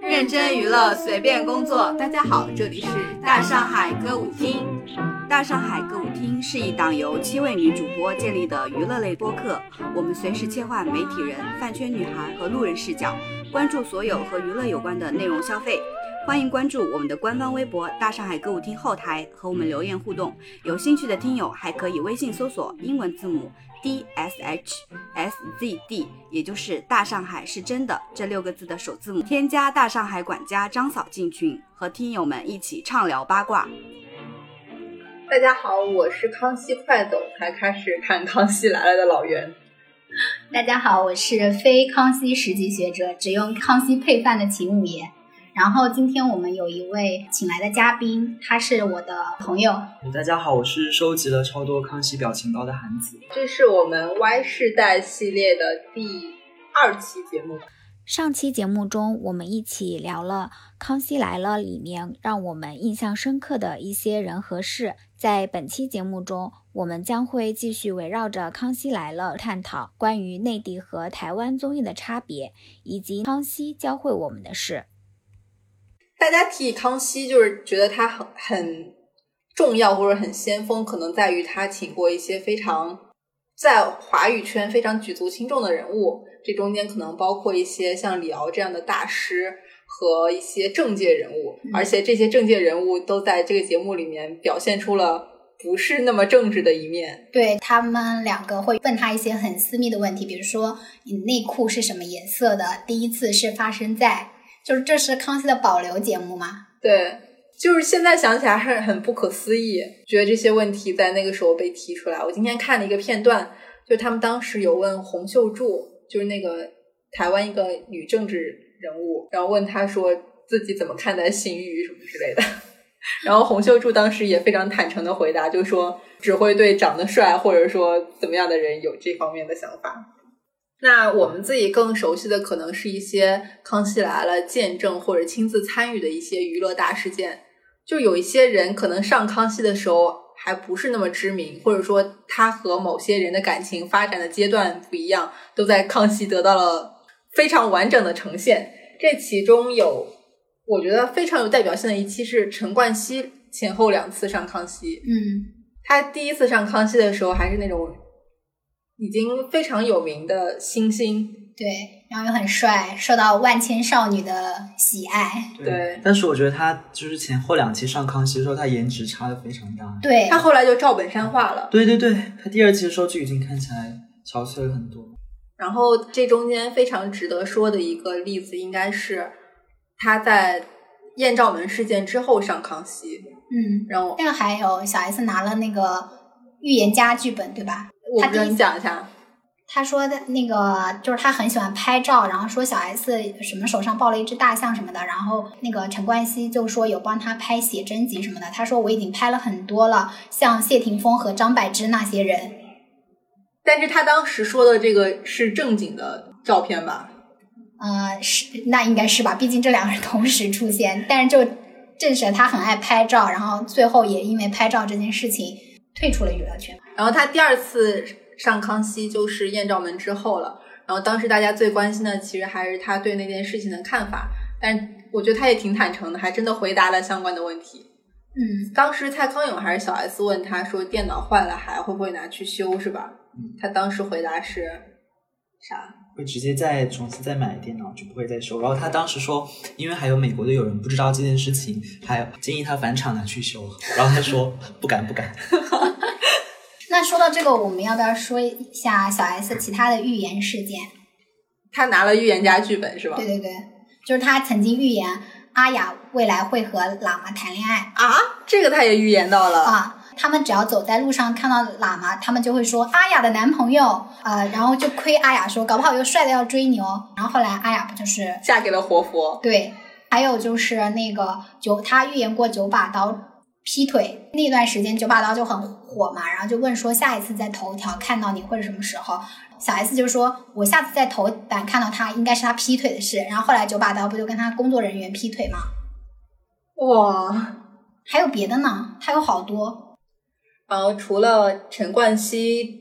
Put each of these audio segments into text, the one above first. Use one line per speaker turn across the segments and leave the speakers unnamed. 认真娱乐，随便工作。大家好，这里是大上海歌舞厅。大上海歌舞厅是一档由七位女主播建立的娱乐类播客，我们随时切换媒体人、饭圈女孩和路人视角，关注所有和娱乐有关的内容消费。欢迎关注我们的官方微博“大上海歌舞厅”后台和我们留言互动。有兴趣的听友还可以微信搜索英文字母 D S H S Z D，也就是“大上海是真的”这六个字的首字母，添加大上海管家张嫂进群，和听友们一起畅聊八卦。
大家好，我是康熙快走才开始看《康熙来了》的老袁。
大家好，我是非康熙十级学者，只用康熙配饭的秦五爷。然后今天我们有一位请来的嘉宾，他是我的朋友，
大家好，我是收集了超多康熙表情包的韩子。
这是我们 Y 世代系列的第二期节目。
上期节目中，我们一起聊了《康熙来了》里面让我们印象深刻的一些人和事。在本期节目中，我们将会继续围绕着《康熙来了》探讨关于内地和台湾综艺的差别，以及康熙教会我们的事。
大家提康熙，就是觉得他很很重要或者很先锋，可能在于他请过一些非常在华语圈非常举足轻重的人物，这中间可能包括一些像李敖这样的大师和一些政界人物，而且这些政界人物都在这个节目里面表现出了不是那么政治的一面。
对他们两个会问他一些很私密的问题，比如说你内裤是什么颜色的，第一次是发生在。就是这是康熙的保留节目吗？
对，就是现在想起来是很不可思议，觉得这些问题在那个时候被提出来。我今天看了一个片段，就是他们当时有问洪秀柱，就是那个台湾一个女政治人物，然后问她说自己怎么看待性欲什么之类的。 然后洪秀柱当时也非常坦诚的回答，就说只会对长得帅或者说怎么样的人有这方面的想法。那我们自己更熟悉的可能是一些《康熙来了》见证或者亲自参与的一些娱乐大事件。就有一些人可能上康熙的时候还不是那么知名，或者说他和某些人的感情发展的阶段不一样，都在康熙得到了非常完整的呈现。这其中有我觉得非常有代表性的一期是陈冠希前后两次上康熙。
嗯，
他第一次上康熙的时候还是那种已经非常有名的新星，
对，然后又很帅，受到万千少女的喜爱。
对
但是我觉得他就是前后两期上康熙的时候，他颜值差的非常大。
对，
他后来就照本山化了。
对对对，他第二期的时候就已经看起来憔悴了很多。
然后这中间非常值得说的一个例子，应该是他在艳照门事件之后上康熙，
嗯，
然后
那个还有小 S 拿了那个预言家剧本，对吧？
我
他
不知道
第一
你讲一下，
他说的那个就是他很喜欢拍照，然后说小 S 什么手上抱了一只大象什么的，然后那个陈冠希就说有帮他拍写真集什么的，他说我已经拍了很多了，像谢霆锋和张柏芝那些人，
但是他当时说的这个是正经的照片吧？
呃，是那应该是吧，毕竟这两个人同时出现，但是就证实了他很爱拍照，然后最后也因为拍照这件事情退出了娱乐圈。
然后他第二次上康熙就是艳照门之后了，然后当时大家最关心的其实还是他对那件事情的看法，但我觉得他也挺坦诚的，还真的回答了相关的问题。
嗯，
当时蔡康永还是小 S 问他说：“电脑坏了还会不会拿去修？”是吧？他当时回答是啥？
会直接再重新再买电脑，就不会再修。然后他当时说，因为还有美国的友人不知道这件事情，还建议他返场拿去修。然后他说不敢不敢。
那说到这个，我们要不要说一下小 S 其他的预言事件？
他拿了预言家剧本是吧
对？对对，就是他曾经预言阿雅未来会和喇嘛谈恋爱
啊，这个他也预言到了。
啊。他们只要走在路上看到喇嘛，他们就会说阿雅的男朋友啊、呃然后就亏阿雅说，搞不好有帅的要追你哦。然后后来阿雅不就是
嫁给了活佛，
对，还有就是那个九，他预言过九把刀劈腿那段时间，九把刀就很火嘛，然后就问说下一次在头条看到你会是什么时候？小 S 就说我下次在头版看到他应该是他劈腿的事，然后后来九把刀不就跟他工作人员劈腿嘛？
哇！
还有别的呢，他有好多。
然后呃除了陈冠希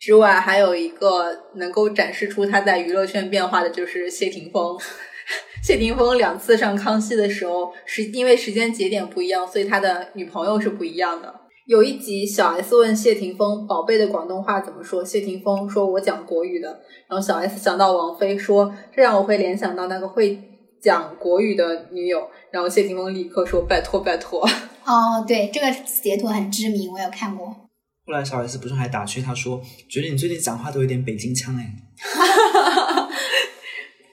之外，还有一个能够展示出他在娱乐圈变化的，就是谢霆锋。 谢霆锋两次上康熙的时候，是因为时间节点不一样，所以他的女朋友是不一样的。有一集，小 S 问谢霆锋“宝贝”的广东话怎么说，谢霆锋说：“我讲国语的。”然后小 S 想到王菲说：“这让我会联想到那个会讲国语的女友。”然后谢霆锋立刻说：“拜托，拜托。”
哦，对，这个截图很知名，我有看过。
后来小 S 不是还打趣他说：“觉得你最近讲话都有点北京腔哎。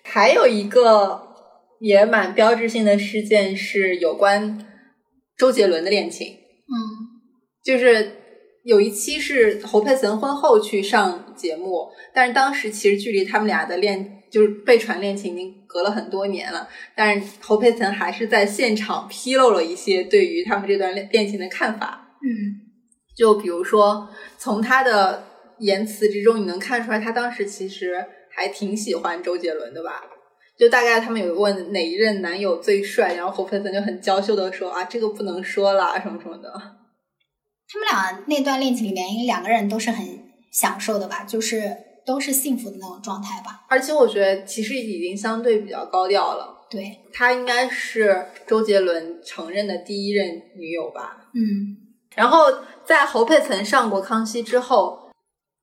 还有一个也蛮标志性的事件是有关周杰伦的恋情，
嗯，
就是有一期是侯佩岑婚后去上节目，但是当时其实距离他们俩的恋就是被传恋情已经隔了很多年了，但是侯佩岑还是在现场披露了一些对于他们这段恋恋情的看法。
嗯，
就比如说，从他的言辞之中，你能看出来，他当时其实还挺喜欢周杰伦的吧？就大概他们有问哪一任男友最帅，然后侯佩岑就很娇羞的说啊，这个不能说啦，什么什么的。
他们俩那段恋情里面，应该两个人都是很享受的吧，就是都是幸福的那种状态吧。
而且我觉得其实已经相对比较高调了，
对，
她应该是周杰伦承认的第一任女友吧？
嗯
然后在侯佩岑上过康熙之后，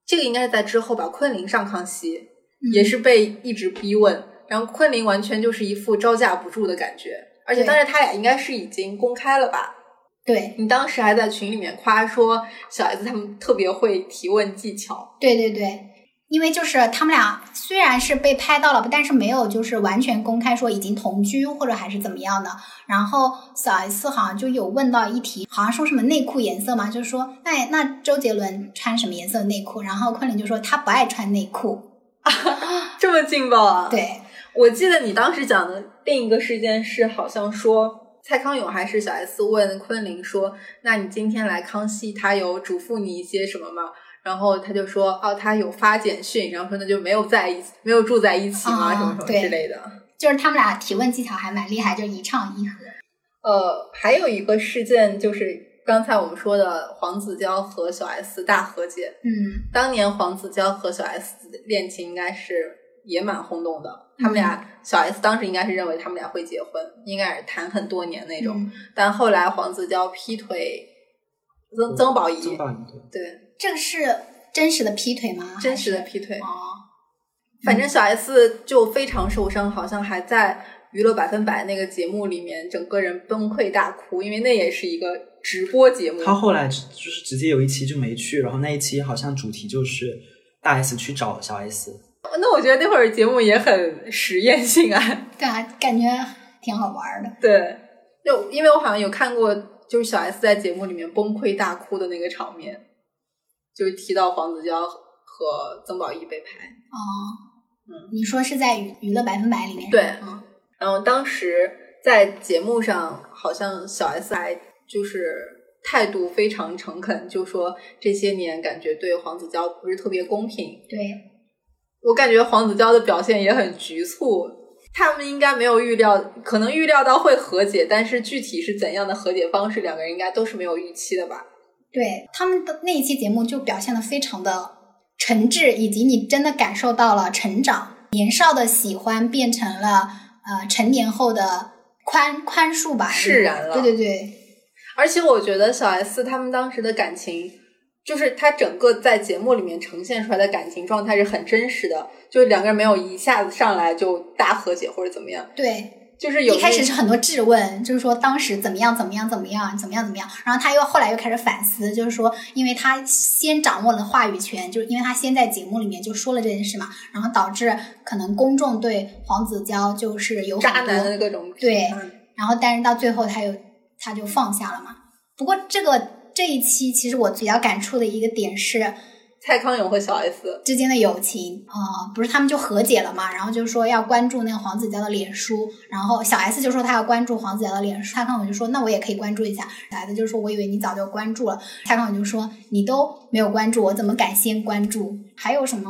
这个应该是在之后吧。昆凌上康熙
嗯
也是被一直逼问，然后昆凌完全就是一副招架不住的感觉。而且
对
当时他俩应该是已经公开了吧？
对
你当时还在群里面夸说小 S 他们特别会提问技巧，
对对对。因为就是他们俩虽然是被拍到了，但是没有就是完全公开说已经同居或者还是怎么样的。然后小 S 好像就有问到一题，好像说什么内裤颜色嘛，就是说那那周杰伦穿什么颜色的内裤？然后昆凌就说他不爱穿内裤。
这么劲爆啊！，
对，
我记得你当时讲的另一个事件是，好像说蔡康永还是小 S 问昆凌说：“那你今天来康熙，他有嘱咐你一些什么吗？”然后他就说：“哦，他有发简讯，然后说那就没有在一起，没有住在一起吗？
啊
什么什么
对
之类的。”
就是他们俩提问技巧还蛮厉害，就一唱一和。
呃，还有一个事件就是刚才我们说的黄子佼和小 S 大和解，
嗯
当年黄子佼和小 S 恋情应该是也蛮轰动的，他们俩小 S 当时应该是认为他们俩会结婚，应该是谈很多年那种。
嗯，
但后来黄子佼劈腿曾”曾宝仪，
嗯曾宝仪对
对，
这个是真实的劈腿吗？
真实的
还是
劈腿。
嗯
哦，
反正小 S 就非常受伤，好像还在《娱乐百分百》那个节目里面，整个人崩溃大哭，因为那也是一个直播节目。
他后来就是直接有一期就没去，然后那一期好像主题就是大 S 去找小 S，
那我觉得那会儿节目也很实验性啊。
对啊，感觉挺好玩的。
对，就因为我好像有看过，就是小 S 在节目里面崩溃大哭的那个场面，就是提到黄子佼和曾宝仪被拍。
哦，你说是在娱娱乐百分百里面？
对
嗯，
然后当时在节目上，好像小 S 还就是态度非常诚恳，就说这些年感觉对黄子佼不是特别公平，
对，
我感觉黄子佼的表现也很局促，他们应该没有预料，可能预料到会和解，但是具体是怎样的和解方式，两个人应该都是没有预期的吧？
对，他们的那一期节目就表现的非常的诚挚，以及你真的感受到了成长，年少的喜欢变成了呃成年后的宽宽恕吧，
释然了
对对对，
而且我觉得小 S 他们当时的感情，就是他整个在节目里面呈现出来的感情状态是很真实的，就是两个人没有一下子上来就大和解或者怎么样，
对，
就是有
一开始
那
是很多质问，就是说当时怎么样怎么样怎么样怎么样怎么样，然后他又后来又开始反思，就是说因为他先掌握了话语权，就是因为他先在节目里面就说了这件事嘛，然后导致可能公众对黄子佼就是有很
渣
多
男的各种
对
嗯
然后但是到最后他又他就放下了嘛。不过这个这一期其实我比较感触的一个点是，
蔡康永和小 S，
之间的友情，呃，不是他们就和解了嘛？然后就说要关注那个黄子佼的脸书，然后小 S 就说她要关注黄子佼的脸书，蔡康永就说那我也可以关注一下，小 S 就说我以为你早就关注了，蔡康永就说你都没有关注，我怎么敢先关注？还有什么？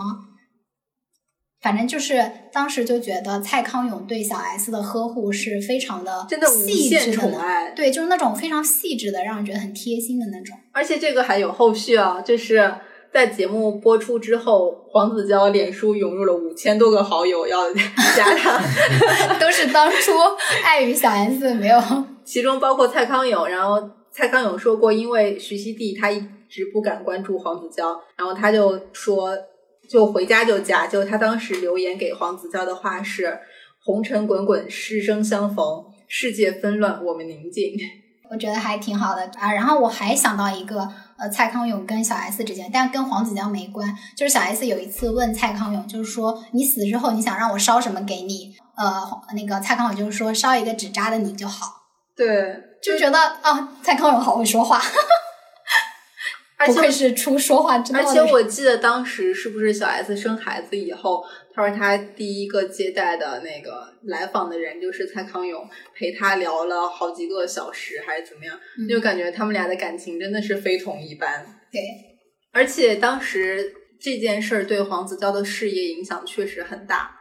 反正就是当时就觉得蔡康永对小 S 的呵护是非常的
真的无
细致
限
的
宠爱，
对，就是那种非常细致的，让人觉得很贴心的那种。
而且这个还有后续啊，就是在节目播出之后，黄子佼脸书涌入了五千多个好友，要加他，
都是当初碍于小 S 没有
其中包括蔡康永。然后蔡康永说过，因为徐熙娣他一直不敢关注黄子佼，然后他就说就回家就加。就他当时留言给黄子佼的话是：“红尘滚滚，师生相逢，世界纷乱，我们宁静。”
我觉得还挺好的啊。然后我还想到一个，呃，蔡康永跟小 S 之间，但跟黄子佼没关。就是小 S 有一次问蔡康永，就是说你死之后你想让我烧什么给你？呃，那个蔡康永就是说烧一个纸扎的你就好，
对，
就觉得啊，蔡康永好会说话，
而
不
且
愧是出说话之道
而
的
且
人。
我记得当时是不是小 S 生孩子以后，她说她第一个接待的那个来访的人就是蔡康永，陪她聊了好几个小时还是怎么样，
嗯
就感觉他们俩的感情真的是非同一般。
对，
而且当时这件事儿对黄子佼的事业影响确实很大。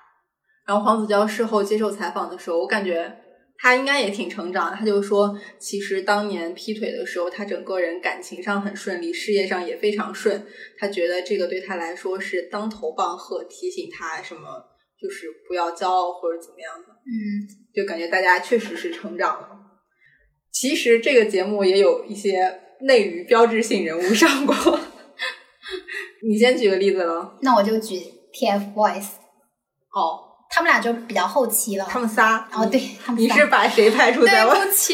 然后黄子佼事后接受采访的时候，我感觉他应该也挺成长的。他就说，其实当年劈腿的时候，他整个人感情上很顺利，事业上也非常顺。他觉得这个对他来说是当头棒喝，提醒他什么就是不要骄傲或者怎么样的。
嗯，
就感觉大家确实是成长了。其实这个节目也有一些内娱标志性人物上过。你先举个例子了。
那我就举 TFBOYS，
哦，
他们俩就比较后期了。
他们仨。
哦，对，他们
你
仨
是把谁排除在外？
对不起，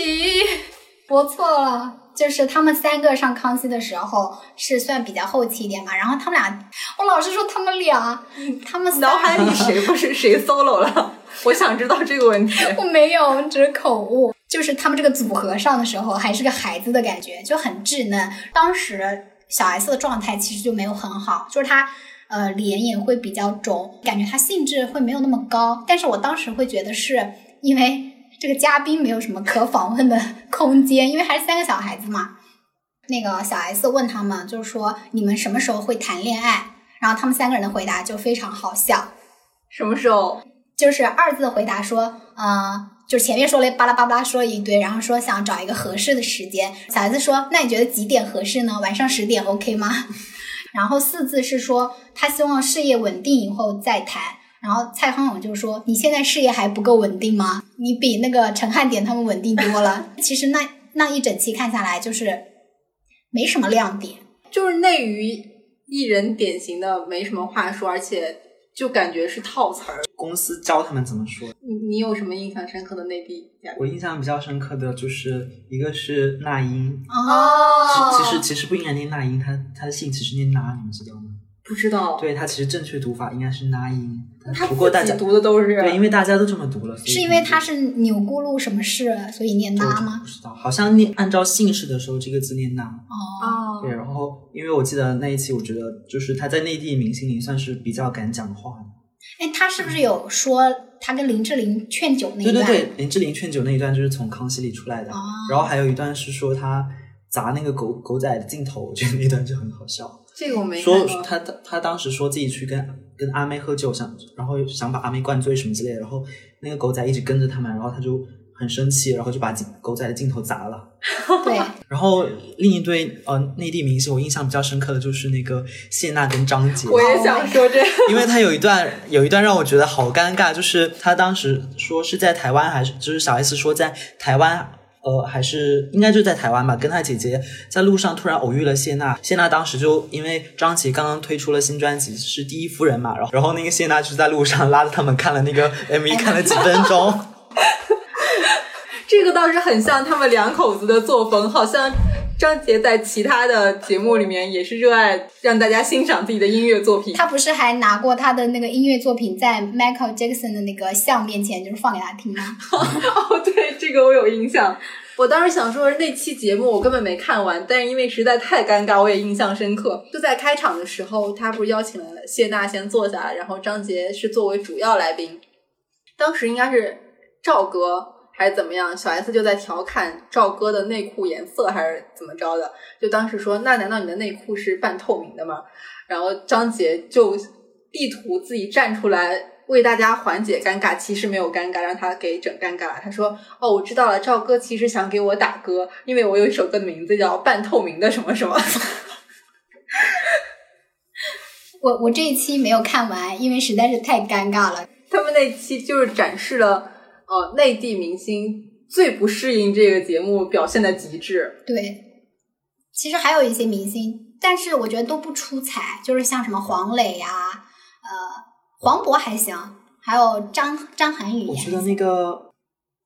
我错了。就是他们三个上康熙的时候是算比较后期一点嘛，然后他们俩，我老是说他们俩，他们
脑
仨，
海里谁不是谁 solo 了？我想知道这个 问题。
我没有，只是口误。就是他们这个组合上的时候，还是个孩子的感觉，就很稚嫩。当时小 S 的状态其实就没有很好，就是她呃脸也会比较肿，感觉她兴致会没有那么高。但是我当时会觉得是因为这个嘉宾没有什么可访问的空间，因为还是三个小孩子嘛。那个小 S 问他们，就是说你们什么时候会谈恋爱？然后他们三个人的回答就非常好笑，
什么时候？
就是二字回答说，呃，就是前面说了巴拉巴拉说了一堆，然后说想找一个合适的时间。小 S 说，那你觉得几点合适呢？晚上十点 OK 吗？ 然后四字是说他希望事业稳定以后再谈。然后蔡康永就说：“你现在事业还不够稳定吗？你比那个陈汉典他们稳定多了。” 其实那那一整期看下来，就是没什么亮点。
就是内娱艺人典型的没什么话说，而且就感觉是套词儿。
公司教他们怎么说。
你你有什么印象深刻的内地嘉宾？
我印象比较深刻的就是一个是那英，
哦
其实其实不应该念那英，她她的姓其实念那，你们知道吗？
不知道。
对，她其实正确读法应该是那英
他，
不过大
自己
家
读的都是
对，因为大家都这么读了，所以
是因为他是钮钴禄什么事，所以念
我
拉
就
吗
不？知道，好像念按照姓氏的时候，这个字念那。
哦，
啊
对，然后因为我记得那一期，我觉得就是他在内地明星里算是比较敢讲话的。
哎，他是不是有说他跟林志玲劝酒那一
对对
段？
对，林志玲劝酒那一段就是从康熙里出来的，
哦
然后还有一段是说他砸那个狗狗仔的镜头，我觉得那段就很好笑。
这个我没
说
看过。
他他他当时说自己去跟跟阿妹喝酒，想然后想把阿妹灌醉什么之类的，然后那个狗仔一直跟着他们，然后他就很生气，然后就把镜狗仔的镜头砸了。
对
然后另一对呃内地明星，我印象比较深刻的就是那个谢娜跟张杰，
我也
哦
想说这个。
因为他有一段有一段让我觉得好尴尬，就是他当时说是在台湾还是就是小 S 说在台湾。呃，还是应该就在台湾吧，跟他姐姐在路上突然偶遇了谢娜。谢娜当时就因为张琪刚刚推出了新专辑是《第一夫人》嘛，然后然后那个谢娜就在路上拉着他们看了那 个 MV，看了几分钟。
这个倒是很像他们两口子的作风，好像张杰在其他的节目里面也是热爱让大家欣赏自己的音乐作品。
他不是还拿过他的那个音乐作品在 Michael Jackson 的那个像面前就是放给他听吗？
哦，对，这个我有印象。我当时想说那期节目我根本没看完，但是因为实在太尴尬，我也印象深刻。就在开场的时候，他不是邀请了谢娜先坐下，然后张杰是作为主要来宾。当时应该是赵哥还是怎么样，小 S 就在调侃赵哥的内裤颜色还是怎么着的，就当时说那难道你的内裤是半透明的吗？然后张杰就地图自己站出来为大家缓解尴尬，其实没有尴尬，让他给整尴尬了。他说：“哦，我知道了，赵哥其实想给我打歌，因为我有一首歌的名字叫《半透明的什么什么》。”
我我这一期没有看完，因为实在是太尴尬了。
他们那期就是展示了呃内地明星最不适应这个节目表现的极致。
对，其实还有一些明星，但是我觉得都不出彩，就是像什么黄磊呀、呃，黄渤还行，还有张张涵予
我
呀
觉，得那个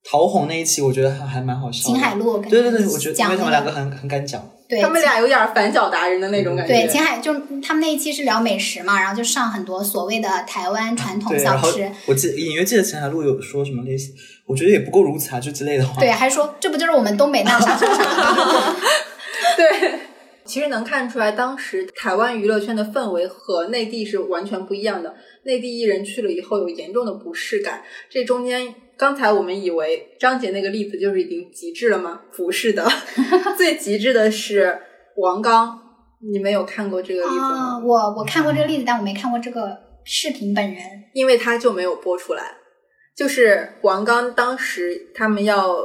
陶虹那一期，我觉得还还蛮好笑的。
秦海璐跟
对对对，我觉得因
讲
为他们
那
两
个
个很很敢讲，
对
他们俩有点反小达人的那种感觉。
对，秦海就他们那一期是聊美食嘛，然后就上很多所谓的台湾传统
啊对，然
小
后
吃，
我记隐约记得秦海璐有说什么类似，我觉得也不过如此啊，就之类的话。
对，还说这不就是我们东北那啥啥 啥吗？
对， 其实能看出来，当时台湾娱乐圈的氛围和内地是完全不一样的。内地艺人去了以后有严重的不适感，这中间刚才我们以为张杰那个例子就是已经极致了吗？不是的，最极致的是王刚。你没有看过这个例子吗？
啊，我我看过这个例子，但我没看过这个视频本人。
因为他就没有播出来。就是王刚当时他们要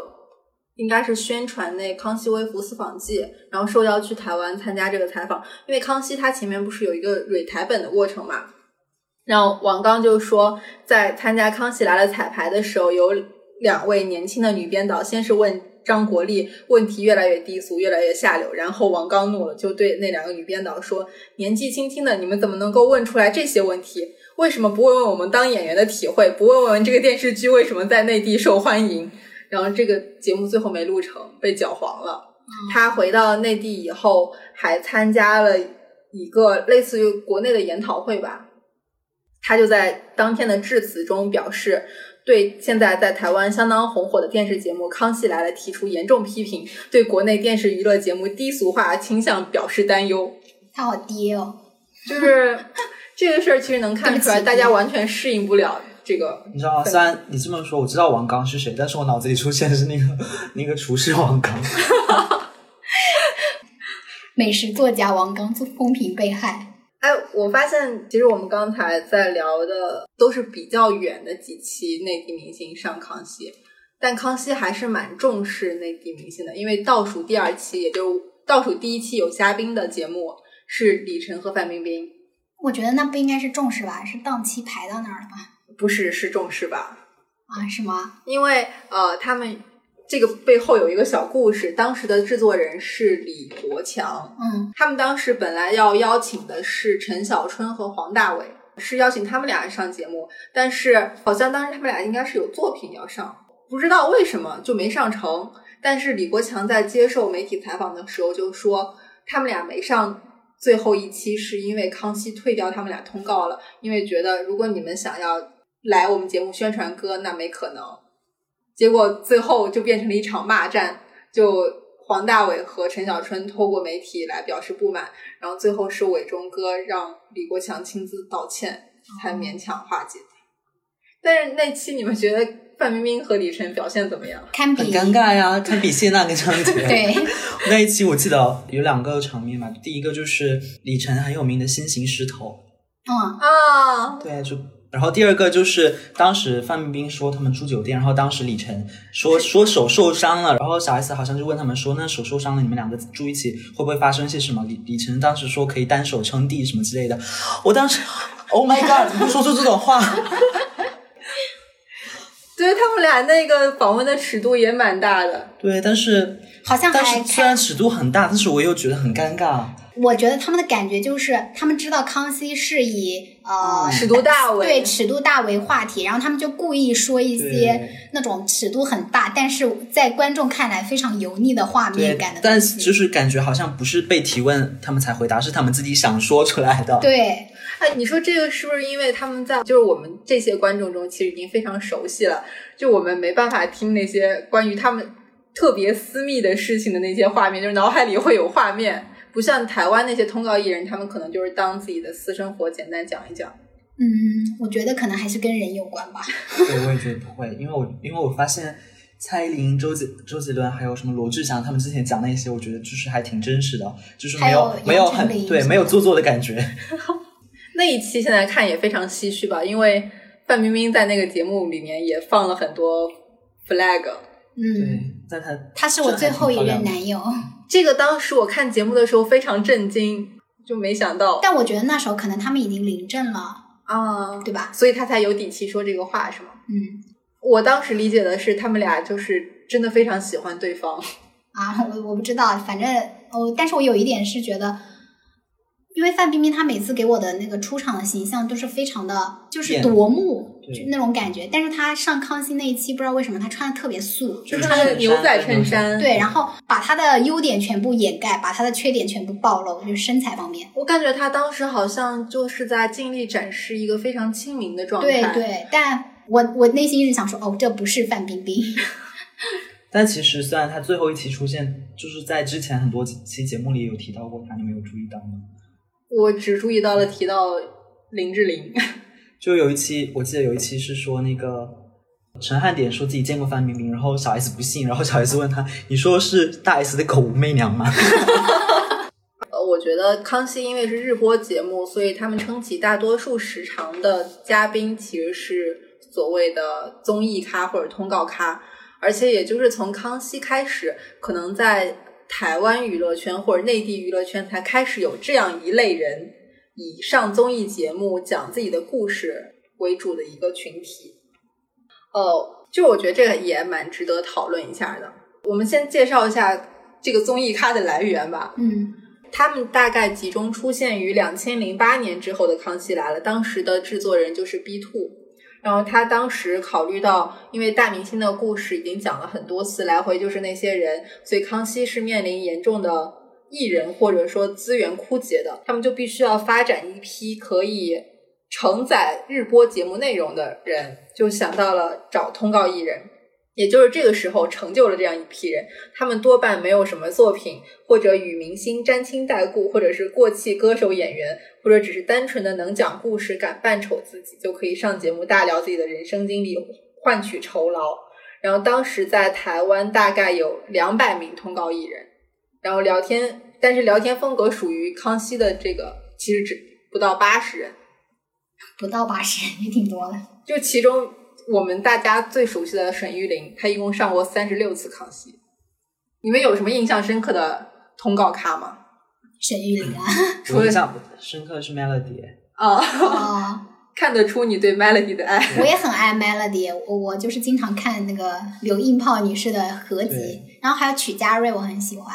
应该是宣传那《康熙微服私访记》，然后受邀去台湾参加这个采访，因为康熙他前面不是有一个蕊台本的过程嘛，然后王刚就说在参加《康熙来了》彩排的时候，有两位年轻的女编导，先是问。张国立问题越来越低俗，越来越下流。然后王刚怒了，就对那两个女编导说：“年纪轻轻的，你们怎么能够问出来这些问题？为什么不问问我们当演员的体会？不问问这个电视剧为什么在内地受欢迎？然后这个节目最后没录成，被搅黄了。他回到内地以后，还参加了一个类似于国内的研讨会吧。他就在当天的致辞中表示，对现在在台湾相当红火的电视节目《康熙来了》提出严重批评，对国内电视娱乐节目低俗化倾向表示担忧。
他好低哦，
就是 这个事儿，其实能看出来，
对不起
大家完全适应不了这个。
你知道吗？虽然你这么说，我知道王刚是谁，但是我脑子里出现的是那个那个厨师王刚。
美食作家王刚做风评被害，
哎，我发现其实我们刚才在聊的都是比较远的几期内地明星上康熙，但康熙还是蛮重视内地明星的，因为倒数第二期，也就倒数第一期有嘉宾的节目是李晨和范冰冰，
我觉得那不应该是重视吧？是档期排到那儿了吧？
不是是重视吧？
啊，是吗？
因为呃，他们这个背后有一个小故事，当时的制作人是李国强，
嗯，
他们当时本来要邀请的是陈小春和黄大炜，是邀请他们俩上节目，但是好像当时他们俩应该是有作品要上，不知道为什么就没上成。但是李国强在接受媒体采访的时候就说，他们俩没上最后一期是因为康熙退掉他们俩通告了，因为觉得如果你们想要来我们节目宣传歌，那没可能。结果最后就变成了一场骂战，就黄大炜和陈小春透过媒体来表示不满，然后最后是伟忠哥让李国强亲自道歉，才勉强化解。但是那期你们觉得范冰冰和李晨表现怎么样？
堪
很
比
尴尬呀，堪比谢娜跟张杰。
对，
啊那一期我记得有两个场面嘛，第一个就是李晨很有名的新型石头，
嗯，
啊，
对，就然后第二个就是当时范冰冰说他们住酒店，然后当时李晨说说手受伤了，然后小 S 好像就问他们说，那手受伤了，你们两个住一起会不会发生些什么？李李晨当时说可以单手撑地什么之类的，我当时 Oh my God，怎么会说出这种话？
对他们俩那个访问的尺度也蛮大的。
对，但是
好像
但
还
是虽然
看，
尺度很大，但是我又觉得很尴尬。
我觉得他们的感觉就是他们知道康熙是以
嗯
呃。
尺度大为
对尺度大为话题，然后他们就故意说一些
对
那种尺度很大，但是在观众看来非常油腻的画
对
面感的，东
但
西。
就是感觉好像不是被提问，他们才回答，是他们自己想说出来的。
对，
哎，你说这个是不是因为他们在就是我们这些观众中，其实已经非常熟悉了，就我们没办法听那些关于他们特别私密的事情的那些画面，就是脑海里会有画面，不像台湾那些通告艺人，他们可能就是当自己的私生活简单讲一讲。
嗯，我觉得可能还是跟人有关吧。
对，我也觉得不会，因为我因为我发现蔡依林、周杰周杰伦还有什么罗志祥，他们之前讲那些，我觉得就是还挺真实的，就是没有
还有
没有
杨丞
很
琳
对
什么
没有做作的感觉。
那一期现在看也非常唏嘘吧，因为范冰冰在那个节目里面也放了很多 flag。
嗯，
对，但他
他是我最后一任男友，
这个当时我看节目的时候非常震惊，就没想到
但我觉得那时候可能他们已经临阵了，
啊，
对吧？
所以他才有底气说这个话，是吗？
嗯
我当时理解的是，他们俩就是真的非常喜欢对方。
啊，我我不知道，反正哦，但是我有一点是觉得，因为范冰冰她每次给我的那个出场的形象都是非常的，就是
艳
夺目，
对
就那种感觉。但是她上康熙那一期，不知道为什么她穿的特别素，
就穿的牛仔衬衫，
对，然后把她的优点全部掩盖，把她的缺点全部暴露，就是身材方面。
我感觉他当时好像就是在尽力展示一个非常亲民的状态。
对对，但我我内心一直想说，哦，这不是范冰 冰。
但其实虽然他最后一期出现，就是在之前很多期节目里有提到过他，你没有注意到吗？
我只注意到了提到林志玲，
就有一期，我记得有一期是说那个陈汉典说自己见过范冰冰，然后小 S 不信，然后小 S 问他：“你说是大 S 的狗武媚娘吗
呃，我觉得《康熙》因为是日播节目，所以他们撑起大多数时长的嘉宾其实是所谓的综艺咖或者通告咖，而且也就是从《康熙》开始，可能在台湾娱乐圈或者内地娱乐圈才开始有这样一类人，以上综艺节目讲自己的故事为主的一个群体。哦，就我觉得这个也蛮值得讨论一下的。我们先介绍一下这个综艺咖的来源吧。
嗯
他们大概集中出现于两千零八年之后的《康熙来了》，当时的制作人就是 B Two。然后他当时考虑到，因为大明星的故事已经讲了很多次，来回就是那些人，所以康熙是面临严重的艺人或者说资源枯竭的，他们就必须要发展一批可以承载日播节目内容的人，就想到了找通告艺人，也就是这个时候成就了这样一批人。他们多半没有什么作品，或者与明星沾亲带故，或者是过气歌手、演员，或者只是单纯的能讲故事、敢扮丑自己，就可以上节目大聊自己的人生经历，换取酬劳。然后当时在台湾大概有两百名通告艺人，然后聊天，但是聊天风格属于康熙的这个，其实只不到八十人。
不到八十也挺多的。
就其中我们大家最熟悉的沈玉琳，她一共上过三十六次康熙。你们有什么印象深刻的通告咖吗？
沈玉琳啊，？”
我印象深刻是 Melody，
啊、
哦
看得出你对 Melody 的爱。
我也很爱 Melody，我我就是经常看那个刘硬泡女士的合集
对，
然后还有曲家瑞，我很喜欢。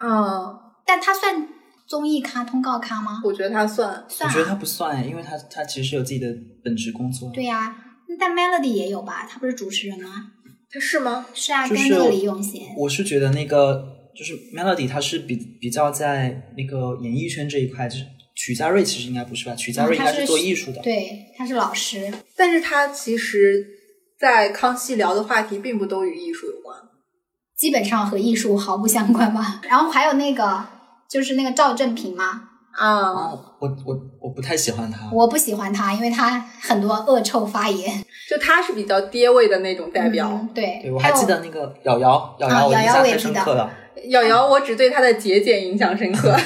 嗯，
但她算综艺咖、通告咖吗？
我觉得她算
我
算
觉得
啊，
他不算，因为他他其实有自己的本职工作。
对呀、但 Melody 也有吧？她不是主持人吗？
她是吗？
是啊，
就是
跟那个李永贤。
我是觉得那个就是 Melody，他是比比较在那个演艺圈这一块，就是曲家瑞其实应该不是吧？曲家瑞应该
嗯他是
做艺术的，
对，她是老师。
但是她其实，在康熙聊的话题并不都与艺术有关。
基本上和艺术毫不相关吧。 然后还有那个就是那个赵正平嘛，
啊、
啊，我我我不太喜欢他。
我不喜欢他，因为他很多恶臭发言。
就她是比较爹味的那种代表。
嗯、对，
对，我
还
还
有
记得那个瑶瑶，瑶瑶，
啊
我印
瑶瑶
象
我也
太
记
深
得
刻了。
瑶瑶，我只对她的节俭印象深刻。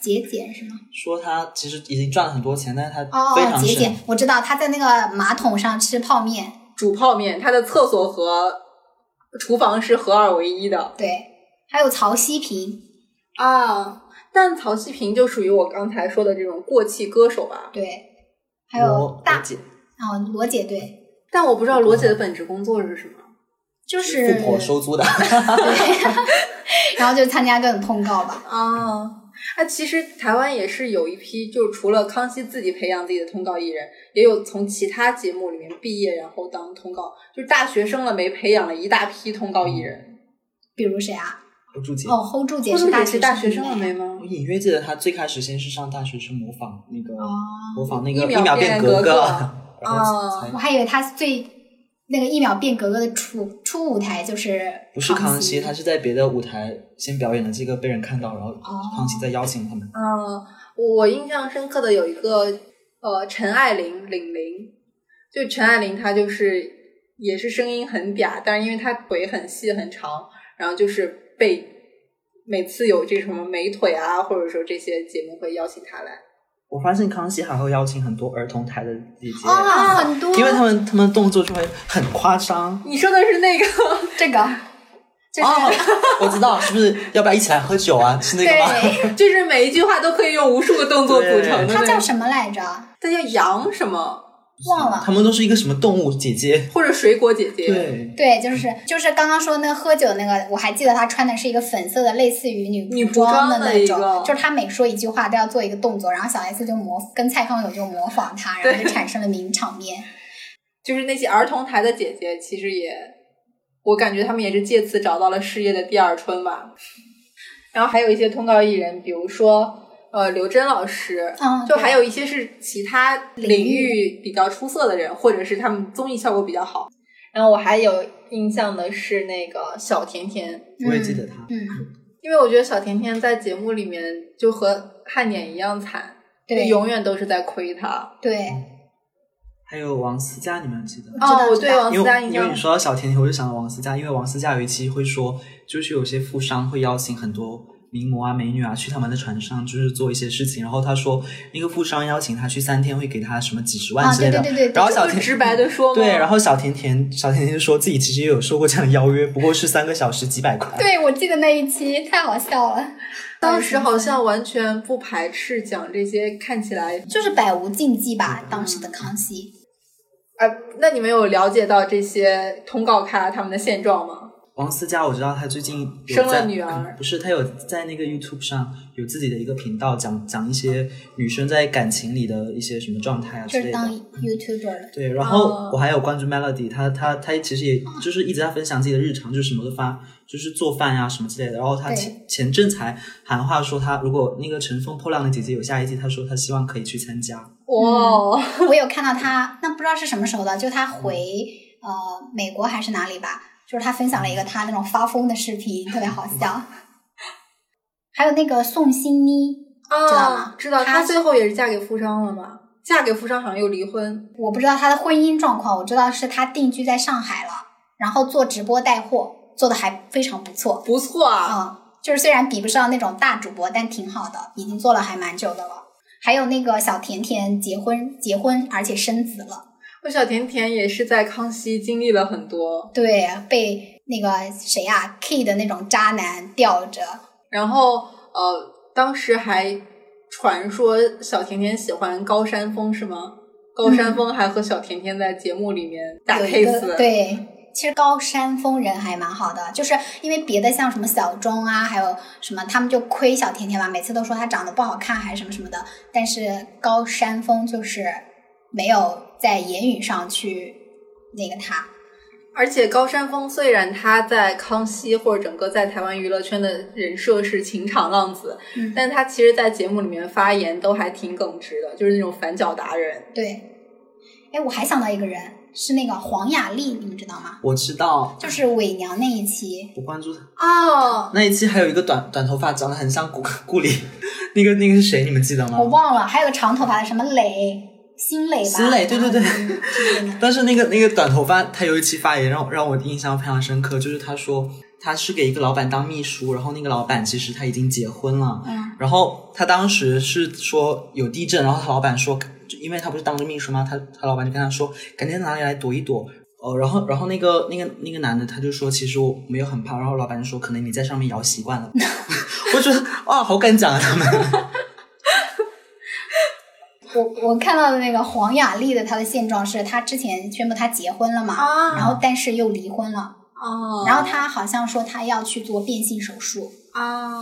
节俭是吗？
说他其实已经赚了很多钱，但是他
哦
非
哦，
常
节
省
俭，我知道他在那个马桶上吃泡面。
煮泡面，她的厕所和厨房是合二为一的
对，还有曹希平，
啊。但曹希平就属于我刚才说的这种过气歌手吧。
对，还有
我
大
我姐
哦罗姐对，
但我不知道罗姐的本职工作是什么。
就是
富婆 收租的，
对然后就参加各种通告吧。
啊，那其实台湾也是有一批，就是除了康熙自己培养自己的通告艺人，也有从其他节目里面毕业然后当通告，就是大学生了没培养了一大批通告艺人。
比如谁啊？
我住姐。
哦，hold 住姐
不
是
嗯也
大
是
学
大学生了
了
没？吗
我？隐约记得他最开始先是上大学生模仿那个、模仿那个
一秒
秒
变
变
格
格
格
然后才
我还以为他最那个一秒变格格的初初舞台就是
不是康熙，他是在别的舞台先表演了这个被人看到，然后康熙再邀请他们。
嗯，我印象深刻的有一个呃，陈爱玲玲玲，就陈爱玲她就是也是声音很嗲，但是因为她腿很细很长，然后就是被每次有这什么美腿啊，或者说这些节目会邀请她来。
我发现康熙还会邀请很多儿童台的姐姐，
啊，很 多，
因为他们他们动作就会很夸张。
你说的是那个
这个
就是、
哦，我知道，是不是？要不要一起来喝酒啊？是那个吗？
对，
就是每一句话都可以用无数个动作组成 的。
它叫什么来着？
它叫羊什么，
忘了
他。们都是一个什么动物姐姐？
或者水果姐姐。，
对，
对，就是就是刚刚说那个喝酒那个，我还记得他穿的是一个粉色的，类似于女
女仆
装
装的
那
一
种
个，
就是他每说一句话都要做一个动作，然后小 S 就模跟蔡康永就模仿他，然后就产生了名场 面。嗯
就是那些儿童台的姐姐，其实也，我感觉他们也是借此找到了事业的第二春吧。然后还有一些通告艺人，比如说呃刘真老师，
嗯，
就
对
还有一些是其他哦领域比较出色的人，或者是他们综艺效果比较好。然后我还有印象的是那个小甜甜，
我也记得他。
嗯，
因为我觉得小甜甜在节目里面就和汉典一样惨，就
对
永远都是在亏他。
对，
还有王思佳，你们记得吗？
知道
哦，我
知
对
道
王
因
思
为
佳
我
印
因为
象
你说到小甜甜，我就想到王思佳，因为王思佳有一期会说，就是有些富商会邀请很多名模啊、美女啊去他们的船上，就是做一些事情。然后他说，那个富商邀请他去三天，会给他什么几十万
啊
之类的。
对对对对
然后
就
小
就
甜
直白的说嘛，
对，然后小甜甜小甜甜就说自己其实也有受过这样的邀约，不过是三个小时几百块。
对我记得那一期太好笑了，
当时好像完全不排斥讲这些看起来，
就是百无禁忌
嗯
吧，当时的康熙。
呃，那你们有了解到这些通告咖他们的现状吗？
王思佳，我知道她最近有
生了
在嗯
女儿
不是她有在那个 YouTube 上有自己的一个频道讲，讲一些女生在感情里的一些什么状态啊
就
之类
是
的
当。YouTuber 了，
对，然后
哦
我还有关注 Melody，她她她其实也
嗯
就是一直在分享自己的日常，就是什么都发，就是做饭呀、什么之类的。然后她
对
前前阵才喊话说，她如果那个乘风破浪的姐姐有下一季，她说她希望可以去参加。
哇、
我有看到他，那不知道是什么时候的，就他回
嗯
呃美国还是哪里吧，就是他分享了一个他那种发疯的视频，特别好笑。还有那个宋欣妮，
啊，
知道吗
知道
她
她最后也是嫁给富商了嘛？嫁给富商好像又离婚，
我不知道她的婚姻状况，我知道是她定居在上海了，然后做直播带货，做的还非常不错。
不错啊。
嗯，就是虽然比不上那种大主播，但挺好的，已经做了还蛮久的了。还有那个小甜甜结婚，结婚而且生子了，
我小甜甜也是在康熙经历了很多，
对，被那个谁啊 K 的那种渣男吊着，
然后呃，当时还传说小甜甜喜欢高山峰是吗？高山峰还和小甜甜在节目里面打
嗯有一
case，
个对。其实高山峰人还蛮好的，就是因为别的像什么小钟啊，还有什么，他们就亏小甜甜嘛，每次都说她长得不好看还是什么什么的。但是高山峰就是没有在言语上去那个她，
而且高山峰虽然他在康熙或者整个在台湾娱乐圈的人设是情场浪子，
嗯
但他其实，在节目里面发言都还挺耿直的，就是那种反脚达人。
对。哎，我还想到一个人，是那个黄雅莉，你们知道吗？
我知道，
就是伪娘那一期，
我关注她
哦，
那一期，还有一个短短头发，长得很像顾顾里， 那个那个是谁？你们记得吗
嗯
我？忘了，还有个长头发的什么磊，新磊吧？
新磊对对对
嗯之类的
但是那个那个短头发，他有一期发言让我让我印象非常深刻，就是他说他是给一个老板当秘书，然后那个老板其实他已经结婚了，
嗯
然后他当时是说有地震，然后他老板说，就因为他不是当着秘书吗？他他老板就跟他说，赶紧哪里来躲一躲。哦，然后，然后那个那个那个男的他就说，其实我没有很怕。然后老板就说，可能你在上面摇习惯了。 我觉得哇，好敢讲啊，他们。
我我看到的那个黄雅莉的她的现状是，她之前宣布她结婚了嘛，
啊
然后但是又离婚了，
哦
然后她好像说她要去做变性手术。
啊，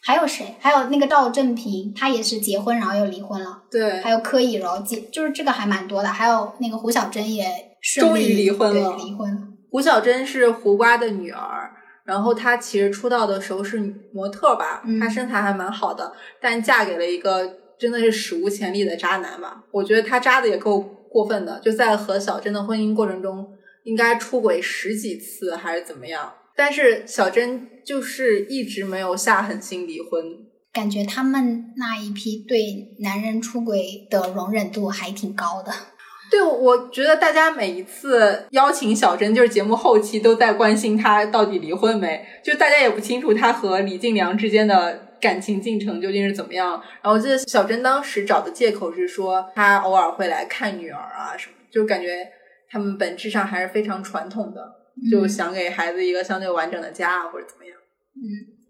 还有谁？还有那个赵正平，他也是结婚然后又离婚了。
对
还，有柯以柔，结就是这个还蛮多的。还有那个胡小珍也顺利
终于离婚了
对离婚了。
胡小珍是胡瓜的女儿。然后她其实出道的时候是模特吧，
嗯
她身材还蛮好的，但嫁给了一个真的是史无前例的渣男吧。我觉得她渣的也够过分的，就在和小珍的婚姻过程中，应该出轨十几次还是怎么样。但是小珍就是一直没有下狠心离婚，
感觉他们那一批对男人出轨的容忍度还挺高的。
对，我觉得大家每一次邀请小珍，就是节目后期都在关心她到底离婚没，就大家也不清楚她和李静良之间的感情进程究竟是怎么样。然后我记得小珍当时找的借口是说，她偶尔会来看女儿啊什么，就感觉他们本质上还是非常传统的。就
嗯
想给孩子一个相对完整的家啊，或者怎么样。嗯，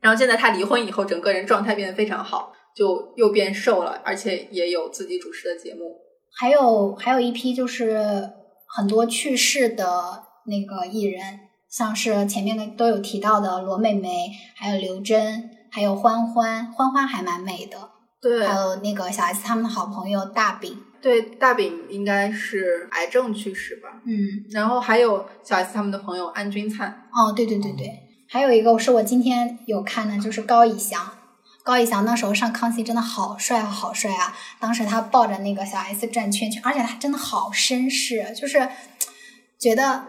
然后现在他离婚以后，整个人状态变得非常好，就又变瘦了，而且也有自己主持的节目。
还有还有一批就是很多去世的那个艺人，像是前面的都有提到的罗美美，还有刘真，还有欢欢，欢欢还蛮美的，
对
还有那个小 S 他们的好朋友大饼，
对，大饼应该是癌症去世吧。
嗯，
然后还有小 S 他们的朋友安钧璨，
哦，对对对对，还有一个是我今天有看的，就是高以翔。高以翔那时候上康熙真的好帅啊，好帅啊！当时他抱着那个小 S 转圈圈，而且他真的好绅士，啊就是觉得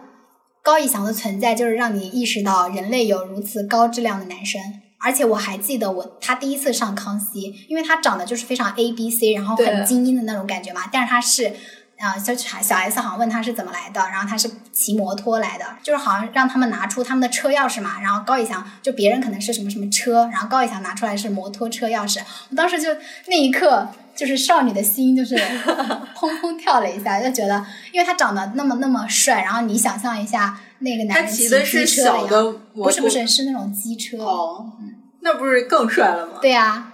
高以翔的存在就是让你意识到人类有如此高质量的男生。而且我还记得我他第一次上康熙，因为他长得就是非常 A B C，然后
对
很精英的那种感觉嘛，但是他是。啊，就是小 S 好像问他是怎么来的，然后他是骑摩托来的，就是好像让他们拿出他们的车钥匙嘛，然后高以翔就别人可能是什么什么车，然后高以翔拿出来是摩托车钥匙，我当时就那一刻就是少女的心 就是砰砰跳了一下，就觉得因为他长得那么那么帅，然后你想象一下那个男
他
人
骑
骑
的是
机车
小
一样，
的摩托，
不是不是是那种机车，
哦，那不是更帅了吗？
对啊，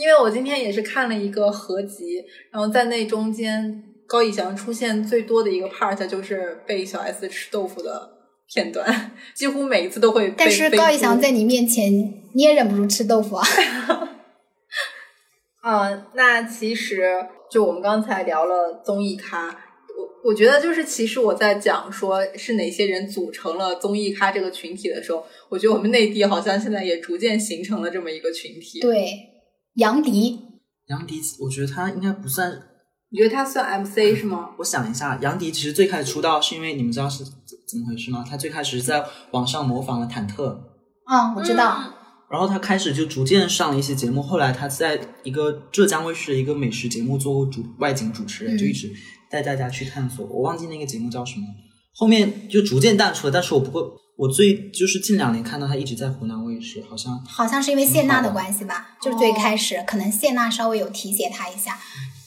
因为我今天也是看了一个合集，然后在那中间高以翔出现最多的一个 part 就是被小 S 吃豆腐的片段，几乎每一次都会被。
但是
被
高以翔
哭
在你面前你也忍不住吃豆腐啊，
嗯，那其实就我们刚才聊了综艺咖，我我觉得就是其实我在讲说是哪些人组成了综艺咖这个群体的时候，我觉得我们内地好像现在也逐渐形成了这么一个群体。，
对，杨迪，
杨迪，我觉得他应该不算。
你觉得他算 MC 是吗？
我想一下，杨迪其实最开始出道是因为你们知道是怎怎么回事吗？他最开始是在网上模仿了忐忑，
嗯，我知道。
然后他开始就逐渐上了一些节目，后来他在一个浙江卫视的一个美食节目做过主外景主持
嗯
人，就一直带大家去探索。我忘记那个节目叫什么，后面就逐渐淡出了。但是我不会，我最就是近两年看到他一直在湖南卫视，好像
好像是因为谢娜的关系吧，就是最开始、可能谢娜稍微有提携他一下，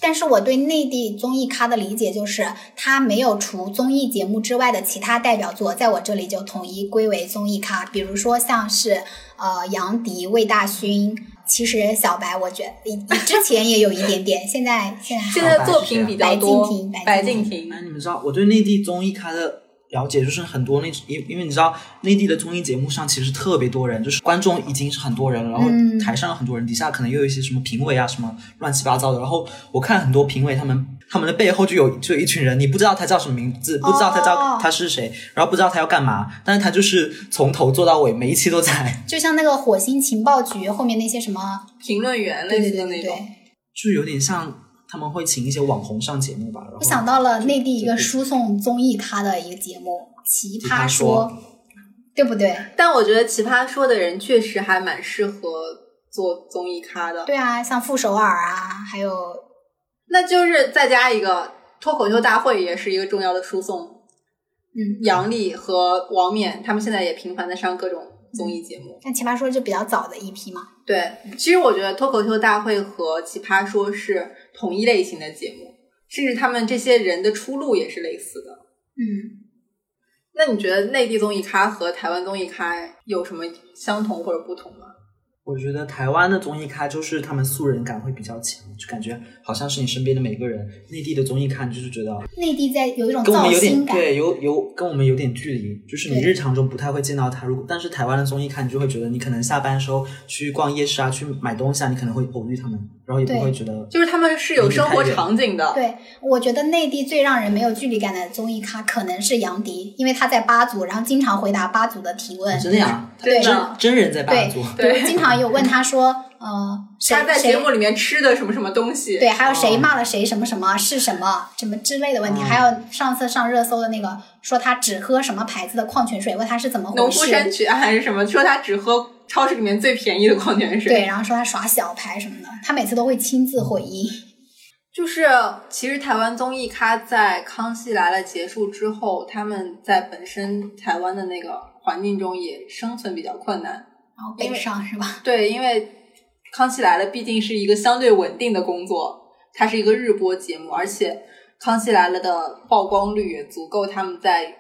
但是我对内地综艺咖的理解就是，他没有除综艺节目之外的其他代表作，在我这里就统一归为综艺咖，比如说像是呃杨迪、魏大勋。其实小白，我觉得之前也有一点点，现在现在还
现
好
在
白
作
是
品
谁
比
啊
较
白敬
多
亭，
白
白
敬
敬
亭
哎，你们知道我对内地综艺咖的了解就是很多那因因为你知道内地的综艺节目上其实特别多人，就是观众已经是很多人了，然后
嗯
台上有很多人，底下可能又有一些什么评委啊什么乱七八糟的。然后我看很多评委他们他们的背后就有就有一群人，你不知道他叫什么名字，不知道他叫、
哦
他是谁，然后不知道他要干嘛，但是他就是从头做到尾，每一期都在，
就像那个火星情报局后面那些什么，
评论员
对
类
对
似
对
的
对
那种。
对，
就有点像他们会请一些网红上节目吧。然后
我想到了内地一个
就
输送综艺咖的一个节目《奇
奇
葩
葩
说》
说，
对不对？
但我觉得奇葩说的人确实还蛮适合做综艺咖的。
对啊，像傅首尔啊，还有
那就是再加一个脱口秀大会，也是一个重要的输送。
嗯，
杨笠和王冕他们现在也频繁的上各种综艺节目。
像奇葩说就比较早的一批嘛。
对，
嗯
其实我觉得脱口秀大会和奇葩说是同一类型的节目，甚至他们这些人的出路也是类似的。
嗯，
那你觉得内地综艺咖和台湾综艺咖有什么相同或者不同吗？
我觉得台湾的综艺咖就是他们素人感会比较强，就感觉好像是你身边的每个人。内地的综艺咖你就是觉得
内地在有一种
跟我
造
们有
星
点
感，
对，有有跟我们有点距离，就是你
对
日常中不太会见到他。如果但是台湾的综艺咖，你就会觉得你可能下班的时候去逛夜市啊，去买东西啊，你可能会偶遇他们，然后也
对
不会觉得
就是他们是有生活
离你太远
场景的，
对，我觉得内地最让人没有距离感的综艺咖可能是杨迪，因为他在八组，然后经常回答八组的提问，
哦真的呀，
对
真
的
真人在八
对
组，
比如经常有问他说，呃，谁
他在
谁
节目里面吃的什么什么东西？
对，啊还有谁
哦
骂了谁什么什么是什么什么之类的问题，
哦
还有上次上热搜的那个说他只喝什么牌子的矿泉水，问他是怎么回事，
农夫山泉还是什么，说他只喝超市里面最便宜的矿泉水。
对，，然后说他耍小牌什么的，他每次都会亲自回应。
就是其实台湾综艺咖在《康熙来了》结束之后，他们在本身台湾的那个环境中也生存比较困难。
然后北上是吧？
对，因为《康熙来了》毕竟是一个相对稳定的工作，它是一个日播节目，而且《康熙来了》的曝光率也足够他们在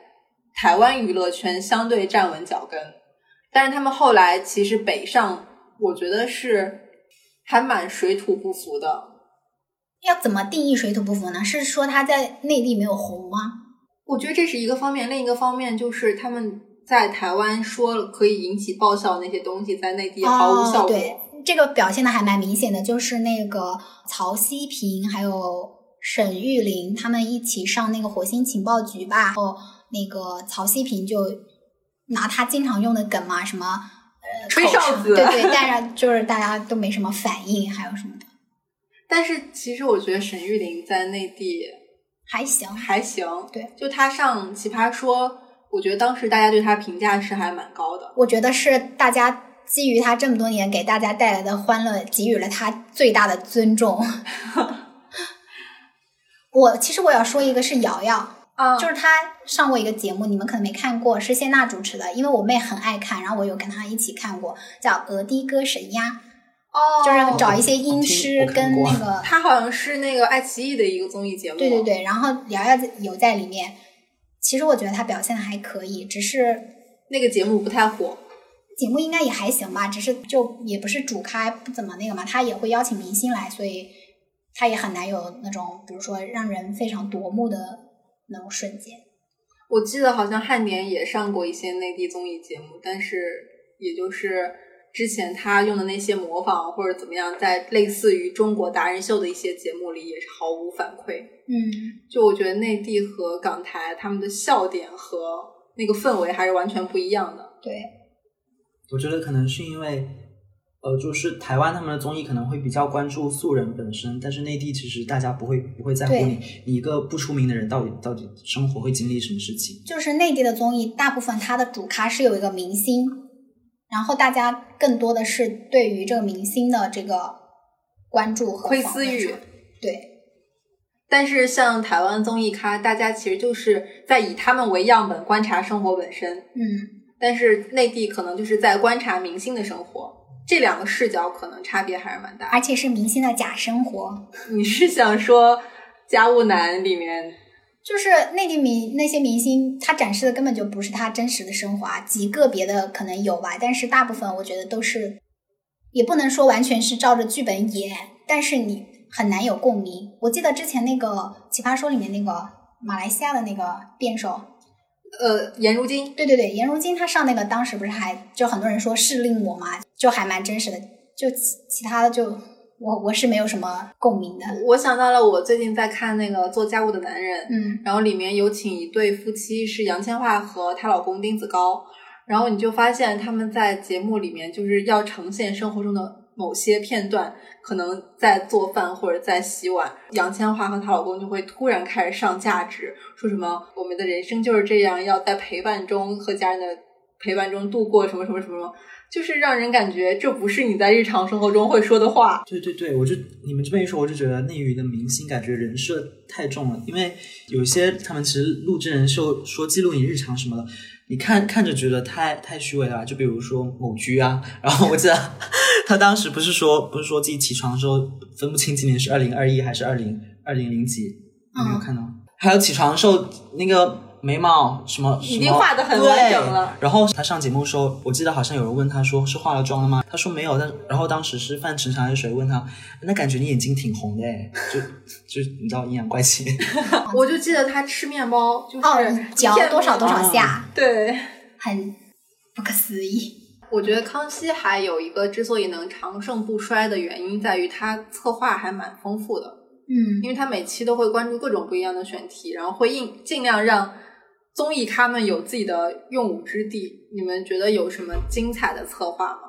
台湾娱乐圈相对站稳脚跟，但是他们后来其实北上，我觉得是还蛮水土不服的。
要怎么定义水土不服呢？是说他在内地没有红吗？
我觉得这是一个方面，另一个方面就是他们在台湾说可以引起爆笑那些东西，在内地毫无效
哦、
果。
对，这个表现的还蛮明显的，就是那个曹希平还有沈玉琳他们一起上那个火星情报局吧，然后那个曹希平就拿他经常用的梗嘛，什么。呃
吹
口
哨
哨
子
对对，大家就是大家都没什么反应，还有什么的，
但是其实我觉得沈玉琳在内地
还行，
还行，
对，
就她上《奇葩说》，我觉得当时大家对她评价是还蛮高的。
我觉得是大家基于他这么多年给大家带来的欢乐，给予了他最大的尊重。 我其实我要说一个是瑶瑶，
啊
就是她上过一个节目，你们可能没看过，是谢娜主持的，因为我妹很爱看，然后我有跟她一起看过，叫《鹅的歌神鸭
哦》，
就是找一些音痴
我听我看
跟
过
那 个
她好像是那个爱奇艺的一个综艺节目，
对对，对，然后瑶瑶有在里面。其实我觉得她表现的还可以，只是
那个节目不太火。
节目应该也还行吧，只是就也不是主咖，不怎么那个嘛。他也会邀请明星来，所以他也很难有那种比如说让人非常夺目的那种瞬间。
我记得好像汉典也上过一些内地综艺节目，但是也就是之前他用的那些模仿或者怎么样，在类似于中国达人秀的一些节目里也是毫无反馈。
嗯，
就我觉得内地和港台他们的笑点和那个氛围还是完全不一样的。
对，
我觉得可能是因为，呃，就是台湾他们的综艺可能会比较关注素人本身，但是内地其实大家不会不会在乎
对
你你一个不出名的人到底到底生活会经历什么事情。
就是内地的综艺，大部分它的主咖是有一个明星，然后大家更多的是对于这个明星的这个关注和
窥
访
私
问
欲
上。对，
但是像台湾综艺咖，大家其实就是在以他们为样本观察生活本身，
嗯，
但是内地可能就是在观察明星的生活，这两个视角可能差别还是蛮大的。
而且是明星的假生活。
你是想说《家务男》里面
就是内地明那些明星，他展示的根本就不是他真实的生活，啊，极个别的可能有吧，但是大部分我觉得都是，也不能说完全是照着剧本演，但是你很难有共鸣。我记得之前那个《奇葩说》里面那个马来西亚的那个辩手，
呃颜如晶，
对对对，颜如晶她上那个当时不是还就很多人说是令我嘛，就还蛮真实的，就其其他的就我我是没有什么共鸣的，
我想到了我最近在看那个《做家务的男人》，
嗯，
然后里面有请一对夫妻是杨千嬅和她老公丁子高，然后你就发现他们在节目里面就是要呈现生活中的某些片段，可能在做饭或者在洗碗，杨千嬅和她老公就会突然开始上价值，说什么我们的人生就是这样，要在陪伴中和家人的陪伴中度过什么什么什么什么，就是让人感觉这不是你在日常生活中会说的话。
对对对，我就你们这么一说，我就觉得内娱的明星感觉人设太重了，因为有些他们其实录真人秀说记录你日常什么的，你看看着觉得太太虚伪了吧。就比如说某居啊，然后我记得他当时不是说不是说自己起床的时候分不清今年是二零二一还是二零二零零几，你没有
嗯
看到吗？还有起床的时候那个眉毛什么
已
什
经
么
画得很完整了
对然后他上节目的时候，我记得好像有人问他说是化了妆了吗？他说没有，但然后当时是范丞丞还是谁问他，哎那感觉你眼睛挺红的诶，就就你知道阴阳怪气。
我就记得他吃面包，就是
哦，你嚼
片
多少多少
啊
下，
对。
很不可思议。
我觉得康熙还有一个之所以能长盛不衰的原因，在于它策划还蛮丰富的，
嗯
因为它每期都会关注各种不一样的选题，然后会应尽量让综艺咖们有自己的用武之地。你们觉得有什么精彩的策划吗？，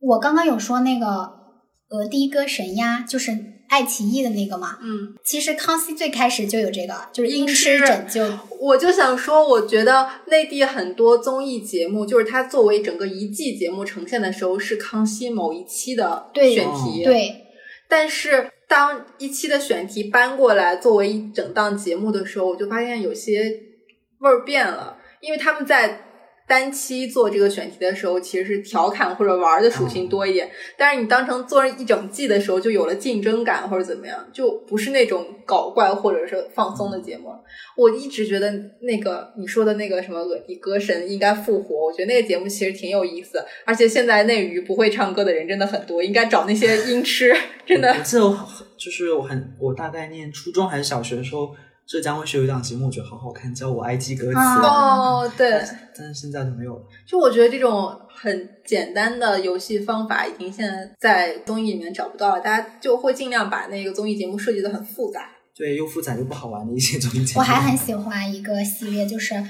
我刚刚有说那个鹅的歌神鸭，就是爱奇艺的那个嘛。
嗯，
其实康熙最开始就有这个，就是
音
音
痴
痴拯救。
我就想说，我觉得内地很多综艺节目，就是它作为整个一季节目呈现的时候，是康熙某一期的
对哦
选题，
对，
但是当一期的选题搬过来作为一整档节目的时候，我就发现有些味儿变了，因为他们在单期做这个选题的时候，其实是调侃或者玩的属性多一点。但是你当成做一整季的时候，就有了竞争感或者怎么样，就不是那种搞怪或者是放松的节目了。我一直觉得那个你说的那个什么恶地歌神应该复活，我觉得那个节目其实挺有意思。而且现在内娱不会唱歌的人真的很多，应该找那些音痴，真的
我记得我就是我很我大概念初中还是小学的时候，浙江卫视有一档节目，我觉得好好看，叫我爱记歌词。
哦
哦，对。
但是现在就没有了。
就我觉得这种很简单的游戏方法，已经现在在综艺里面找不到了，大家就会尽量把那个综艺节目设计的很复杂。
对，又复杂又不好玩的一些综艺节目。
我还很喜欢一个系列，就是呃，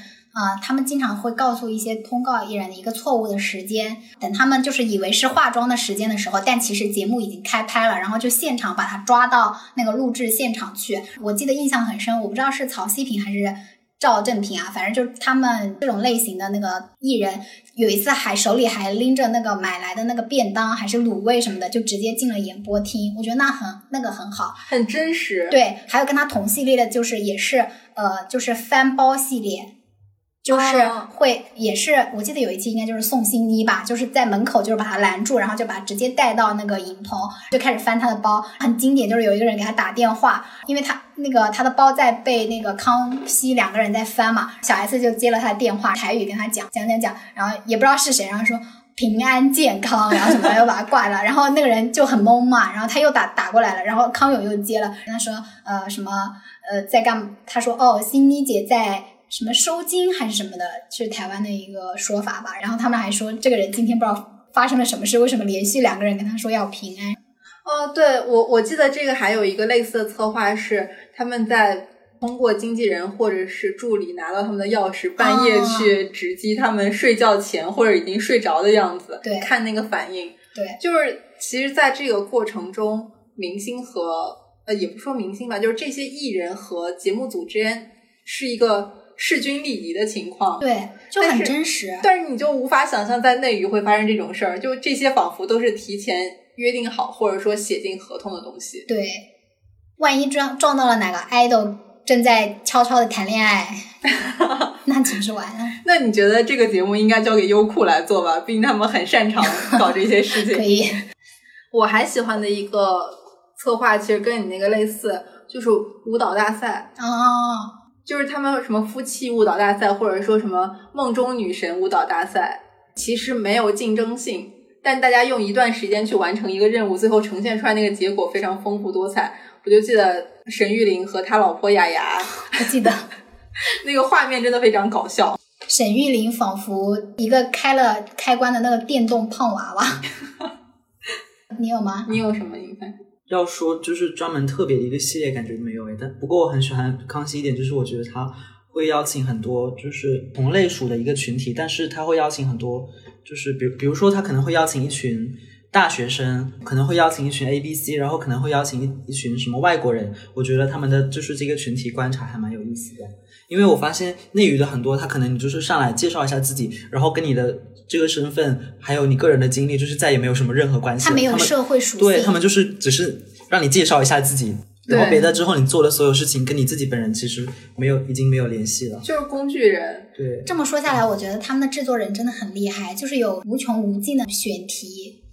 他们经常会告诉一些通告艺人一个错误的时间，等他们就是以为是化妆的时间的时候，但其实节目已经开拍了，然后就现场把他抓到那个录制现场去。我记得印象很深，我不知道是曹希平还是。赵正平啊，反正就是他们这种类型的那个艺人，有一次还手里还拎着那个买来的那个便当，还是卤味什么的，就直接进了演播厅。我觉得那很那个很好，
很真实。，
对，还有跟他同系列的，就是也是呃，就是翻包系列，就是
哦
会、也是，我记得有一期应该就是宋欣妮吧，就是在门口就是把他拦住，然后就把他直接带到那个影棚，就开始翻他的包。很经典，就是有一个人给他打电话，因为他那个他的包在被那个康熙两个人在翻嘛，小 S 就接了他的电话，台语跟他讲讲讲讲，然后也不知道是谁，然后说。平安健康，然后什么又把他挂了，然后那个人就很懵嘛，然后他又打打过来了，然后康永又接了，跟他说呃什么呃在干嘛，他说哦欣妮姐在什么收金还是什么的，是台湾的一个说法吧，然后他们还说这个人今天不知道发生了什么事，为什么连续两个人跟他说要平安，
哦，对我我记得这个还有一个类似的策划是他们在。通过经纪人或者是助理拿到他们的钥匙，半夜
哦
去直击他们睡觉前或者已经睡着的样子，
对
看那个反应。
对
就是其实在这个过程中，明星和呃也不说明星吧，就是这些艺人和节目组之间是一个势均力敌的情况。
对，就
但
很
是
真实，啊
但是你就无法想象在内娱会发生这种事儿，就这些仿佛都是提前约定好或者说写进合同的东西。
对，万一撞撞到了哪个 idol 正在悄悄的谈恋爱，那岂不是完了？
那你觉得这个节目应该交给优酷来做吧？毕竟他们很擅长搞这些事
可
情。
以，
我还喜欢的一个策划，其实跟你那个类似，就是舞蹈大赛。
哦，
就是他们有什么夫妻舞蹈大赛，或者说什么梦中女神舞蹈大赛，其实没有竞争性，但大家用一段时间去完成一个任务，最后呈现出来那个结果非常丰富多彩。我就记得沈玉琳和他老婆雅雅
我记得
那个画面真的非常搞笑，
沈玉琳仿佛一个开了开关的那个电动胖娃娃，你有吗？
你有什么印象？
要说就是专门特别的一个系列，感觉没有诶。但不过我很喜欢康熙一点，就是我觉得他会邀请很多就是同类属的一个群体，但是他会邀请很多，就是比如比如说他可能会邀请一群大学生，可能会邀请一群 A B C，然后可能会邀请一一群什么外国人。我觉得他们的就是这个群体观察还蛮有意思的。因为我发现内娱的很多，他可能你就是上来介绍一下自己，然后跟你的这个身份，还有你个人的经历，就是再也没有什么任何关系了。
他没有
们
社会属性，
对他们就是只是让你介绍一下自己，然后
对
别的之后你做的所有事情跟你自己本人其实没有已经没有联系了。
就是工具人，
对，
这么说下来，我觉得他们的制作人真的很厉害，就是有无穷无尽的选题。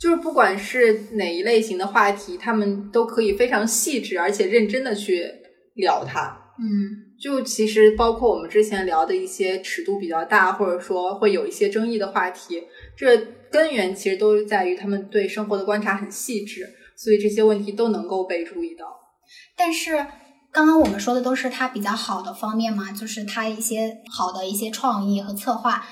就是不管是哪一类型的话题，他们都可以非常细致而且认真的去聊它。
嗯，
就其实包括我们之前聊的一些尺度比较大，或者说会有一些争议的话题，这根源其实都是在于他们对生活的观察很细致，所以这些问题都能够被注意到。
但是刚刚我们说的都是它比较好的方面嘛，就是它一些好的一些创意和策划。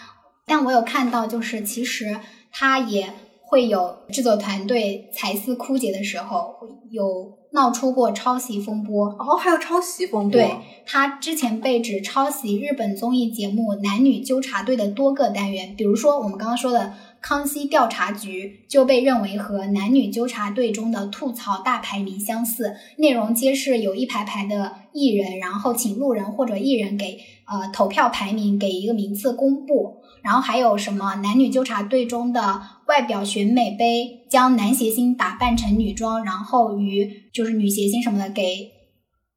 但我有看到，就是其实它也会有制作团队财思枯竭的时候，有闹出过抄袭风波。
然后还有抄袭风波，
对他之前被指抄袭日本综艺节目《男女纠察队》的多个单元，比如说我们刚刚说的《康熙调查局》就被认为和《男女纠察队》中的吐槽大排名相似，内容皆是有一排排的艺人，然后请路人或者艺人给呃投票排名，给一个名次公布。然后还有什么男女纠察队中的外表选美杯，将男谐星打扮成女装，然后与就是女谐星什么的给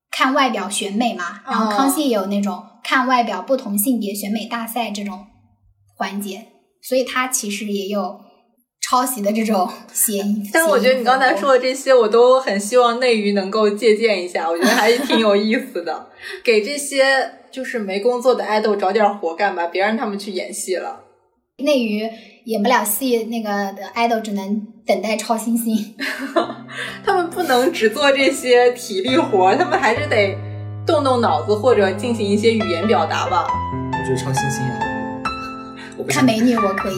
看外表
哦
选美嘛。然后康熙也有那种看外表不同性别选美大赛这种环节，所以它其实也有抄袭的这种 嫌疑。
但我觉得你刚才说的这些，我都很希望内娱能够借鉴一下，我觉得还挺有意思的。 给这些就是没工作的爱豆找点活干吧，别让他们去演戏了。
内娱演不了戏，那个的 idol 只能等待超新星。
他们不能只做这些体力 活，他们还是得动动脑子或者进行一些语言表达吧。
我觉得超新星也好，我不
看
想
美女我可以。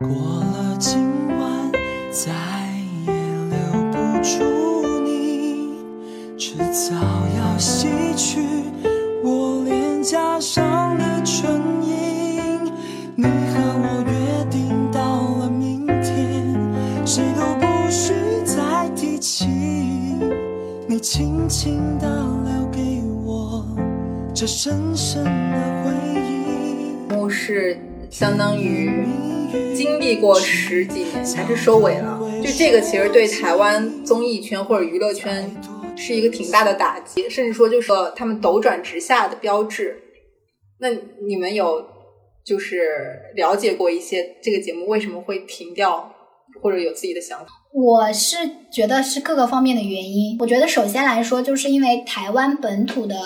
过了今晚，再也留不住你，迟早要洗去我脸颊上的唇印。你和我约定到了明天，谁都不许再提起。你轻轻地留给我这深深的回忆。
我是相当于经历过十几年，还是收尾了。就这个其实对台湾综艺圈或者娱乐圈是一个挺大的打击，甚至说就是呃他们斗转直下的标志。那你们有就是了解过一些这个节目为什么会停掉，或者有自己的想法？
我是觉得是各个方面的原因。我觉得首先来说，就是因为台湾本土的，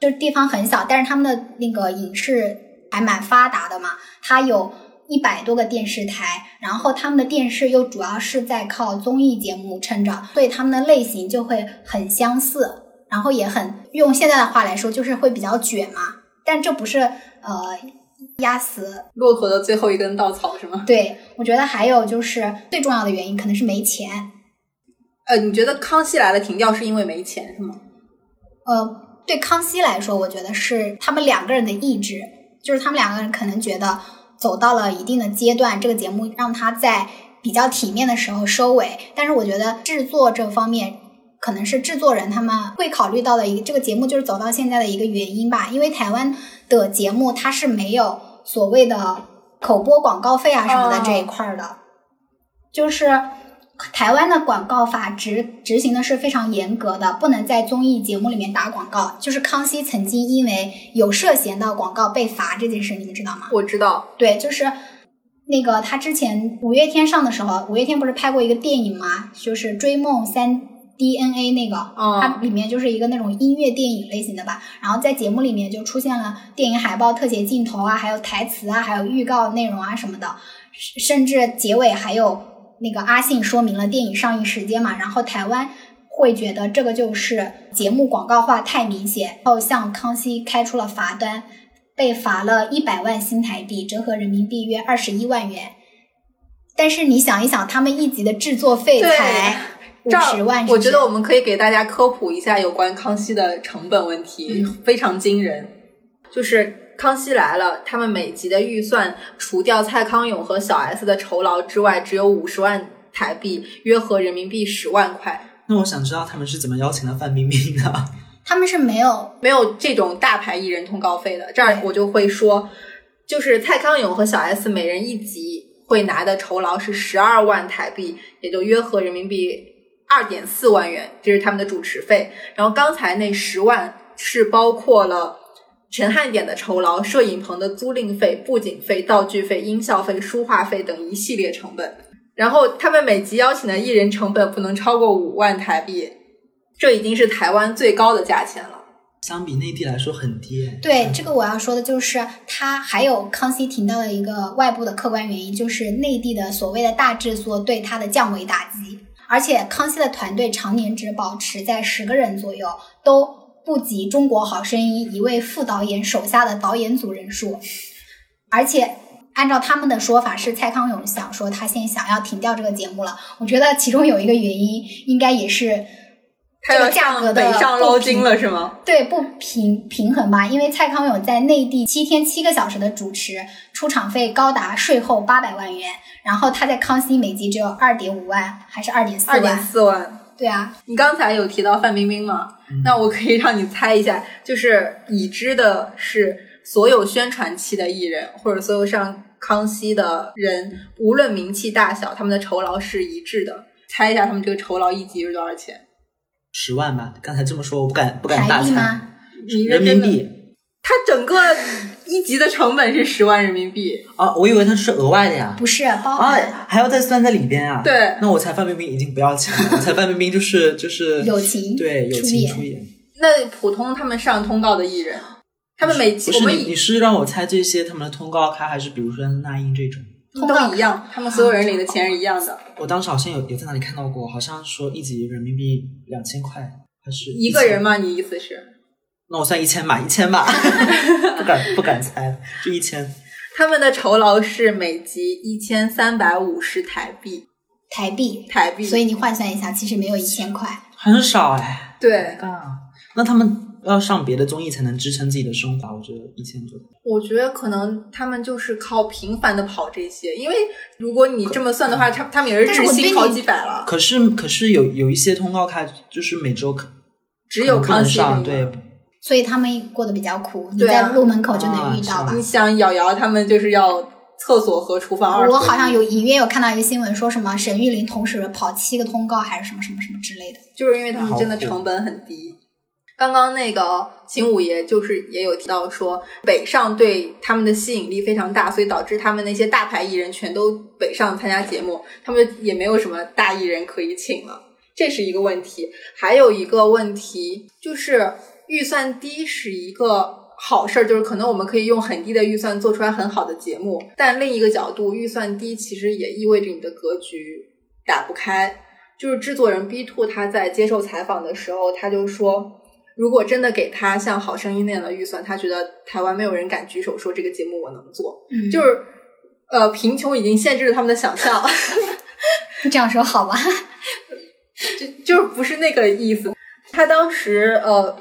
就是地方很小，但是他们的那个影视还蛮发达的嘛，它有一百多个电视台，然后他们的电视又主要是在靠综艺节目撑着，所以他们的类型就会很相似，然后也很用现在的话来说，就是会比较卷嘛。但这不是呃压死
骆驼的最后一根稻草是吗？
对，我觉得还有就是最重要的原因可能是没钱。
呃，你觉得《康熙来了》停掉是因为没钱是吗？
呃，对康熙来说，我觉得是他们两个人的意志，就是他们两个人可能觉得走到了一定的阶段，这个节目让他在比较体面的时候收尾。但是我觉得制作这方面。可能是制作人他们会考虑到的一个这个节目就是走到现在的一个原因吧，因为台湾的节目它是没有所谓的口播广告费啊什么的
哦
这一块儿的，就是台湾的广告法执执行的是非常严格的，不能在综艺节目里面打广告。就是康熙曾经因为有涉嫌到广告被罚这件事，你们知道吗？
我知道，
对，就是那个他之前五月天上的时候，五月天不是拍过一个电影吗？就是《追梦三 DNA》那个，
嗯
它里面就是一个那种音乐电影类型的吧。然后在节目里面就出现了电影海报、特写镜头啊，还有台词啊，还有预告内容啊什么的，甚甚至结尾还有那个阿信说明了电影上映时间嘛。然后台湾。会觉得这个就是节目广告化太明显，然后向康熙开出了罚单，被罚了一百万新台币，折合人民币约二十一万元。但是你想一想，他们一集的制作费
对
才五
这儿
十万，
我觉得我们可以给大家科普一下有关康熙的成本问题，
嗯
非常惊人。就是《康熙来了》，他们每集的预算除掉蔡康永和小 S 的酬劳之外，只有五十万台币，约合人民币十万块，
那我想知道他们是怎么邀请到范冰冰的？
他们是没有
没有这种大牌艺人通告费的。这儿我就会说，就是蔡康永和小 S 每人一集会拿的酬劳是十二万台币，也就约合人民币二点四万元，这是他们的主持费。然后刚才那十万是包括了陈汉典的酬劳、摄影棚的租赁费、布景费、道具费、音效费、书画费等一系列成本。然后他们每集邀请的艺人成本不能超过五万台币，这已经是台湾最高的价钱了。
相比内地来说很低耶。
对这个我要说的就是，它还有康熙停到的一个外部的客观原因，就是内地的所谓的大制作对它的降维打击，而且康熙的团队常年只保持在十个人左右，都不及《中国好声音》一位副导演手下的导演组人数，而且。按照他们的说法，是蔡康永想说他现在想要停掉这个节目了。我觉得其中有一个原因，应该也是
他
这
要
个价
上
格的
北上捞
不平
金了是吗？
对不平平衡吧，因为蔡康永在内地七天七个小时的主持，出场费高达税后八百万元，然后他在康熙每集只有二点五万，还是二点四
二点
万？
四万。
对啊，
你刚才有提到范冰冰吗？
嗯
那我可以让你猜一下，就是已知的是所有宣传期的艺人，或者所有上康熙的人，无论名气大小，他们的酬劳是一致的。猜一下他们这个酬劳一集是多少钱？
十万吧，刚才这么说我不敢不敢大
台币
猜，
吗？
你
人
认真
民
的，
币
它整个一集的成本是十万人民币，
啊，我以为它是额外的呀。
不是，包
啊
含、，
还要再算在里边啊！
对
那我猜范冰冰已经不要钱了，我猜范冰冰就是就是
友情
对友
出
情
演
出演。
那普通他们上通告的艺人，他们每集
不
我
是
们
你，
以
你是让我猜这些他们的通告咖，还是比如说那英这种？
通告
都一样，他们所有人领的钱是一样的，
我当时好像有有在哪里看到过，好像说一集人民币两千块，还是
一个人
吗？
吗？你意思是
那我算一千吧，一千吧，不敢不敢猜了，就一千。
他们的酬劳是每集一千三百五十台币，
台币，
台币，
所以你换算一下，其实没有一千块。
很少哎。
对，
啊，那他们要上别的综艺才能支撑自己的生活，我觉得一千多。
我觉得可能他们就是靠频繁的跑这些，因为如果你这么算的话，他他们也是
嗯但是
日
我对
薪
你
好几百了，
可是可是有有一些通告开，就是每周可
只有
可
康
能不能
熙
上，
那个
对，
所以他们过得比较苦，你
对啊
在路门口就能遇到
啊
吧
是
你。想瑶瑶他们就是要厕所和厨房二合一，
我好像有隐约有看到一个新闻，说什么沈玉琳同时跑七个通告，还是什么什么什么之类的。
就是因为他们真的
好酷
成本很低。刚刚那个秦五爷就是也有提到说，北上对他们的吸引力非常大，所以导致他们那些大牌艺人全都北上参加节目，他们也没有什么大艺人可以请了，这是一个问题。还有一个问题就是预算低是一个。好事儿就是，可能我们可以用很低的预算做出来很好的节目，但另一个角度，预算低其实也意味着你的格局打不开，就是制作人 B Two 他在接受采访的时候，他就说，如果真的给他像《好声音》那样的预算，他觉得台湾没有人敢举手说这个节目我能做，
嗯，
就是呃，贫穷已经限制了他们的想象，
是 这样说好吗？
就就是不是那个意思。他当时呃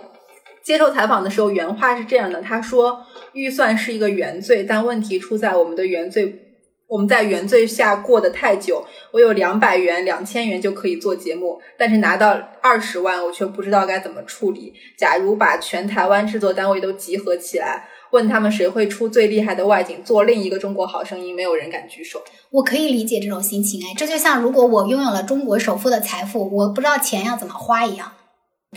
接受采访的时候，原话是这样的，他说预算是一个原罪，但问题出在我们的原罪。我们在原罪下过得太久，我有两百元、两千元就可以做节目，但是拿到二十万，我却不知道该怎么处理。假如把全台湾制作单位都集合起来，问他们谁会出最厉害的外景，做另一个中国好声音，没有人敢举手。
我可以理解这种心情哎，这就像如果我拥有了中国首富的财富，我不知道钱要怎么花一样。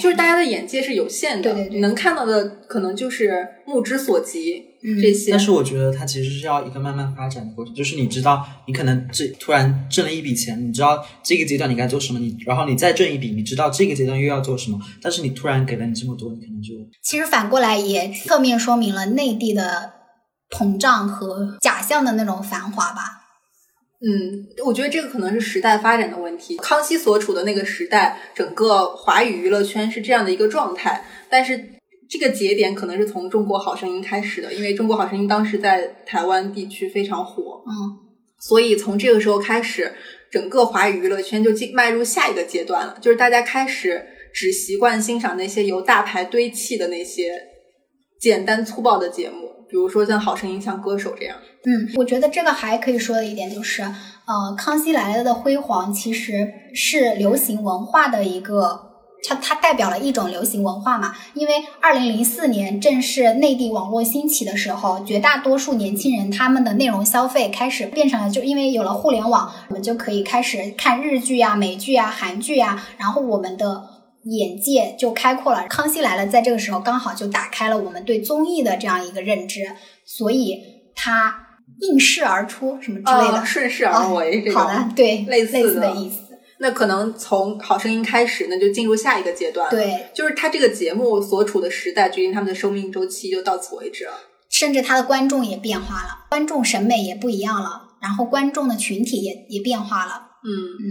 就是大家的眼界是有限的，
对对对
能看到的可能就是目之所及、
嗯
这些
但。是我觉得它其实是要一个慢慢发展的过程，就是你知道，你可能这突然挣了一笔钱，你知道这个阶段你该做什么，你然后你再挣一笔，你知道这个阶段又要做什么，但是你突然给了你这么多，你可能就
其实反过来也侧面说明了内地的膨胀和假象的那种繁华吧。
嗯，我觉得这个可能是时代发展的问题。康熙所处的那个时代，整个华语娱乐圈是这样的一个状态，但是这个节点可能是从《中国好声音》开始的，因为《中国好声音》当时在台湾地区非常火，
嗯，
所以从这个时候开始，整个华语娱乐圈就进迈入下一个阶段了，就是大家开始只习惯欣赏那些由大牌堆砌的那些简单粗暴的节目，比如说像《好声音》、像《歌手》这样。
嗯，我觉得这个还可以说的一点就是，呃，《康熙来了》的辉煌其实是流行文化的一个。它它代表了一种流行文化嘛，因为二零零四年正是内地网络兴起的时候，绝大多数年轻人他们的内容消费开始变成了，就因为有了互联网，我们就可以开始看日剧啊、美剧啊、韩剧啊，然后我们的眼界就开阔了。《康熙来了》在这个时候刚好就打开了我们对综艺的这样一个认知，所以它应势而出什么之类的。哦
啊顺势而为、这种。
好的，对，
类
类
似
似
的
的意思。
那可能从《好声音》开始，那就进入下一个阶段。，
对，
就是它这个节目所处的时代决定他们的生命周期就到此为止了。
甚至他的观众也变化了，观众审美也不一样了，然后观众的群体也也变化了。
嗯
嗯，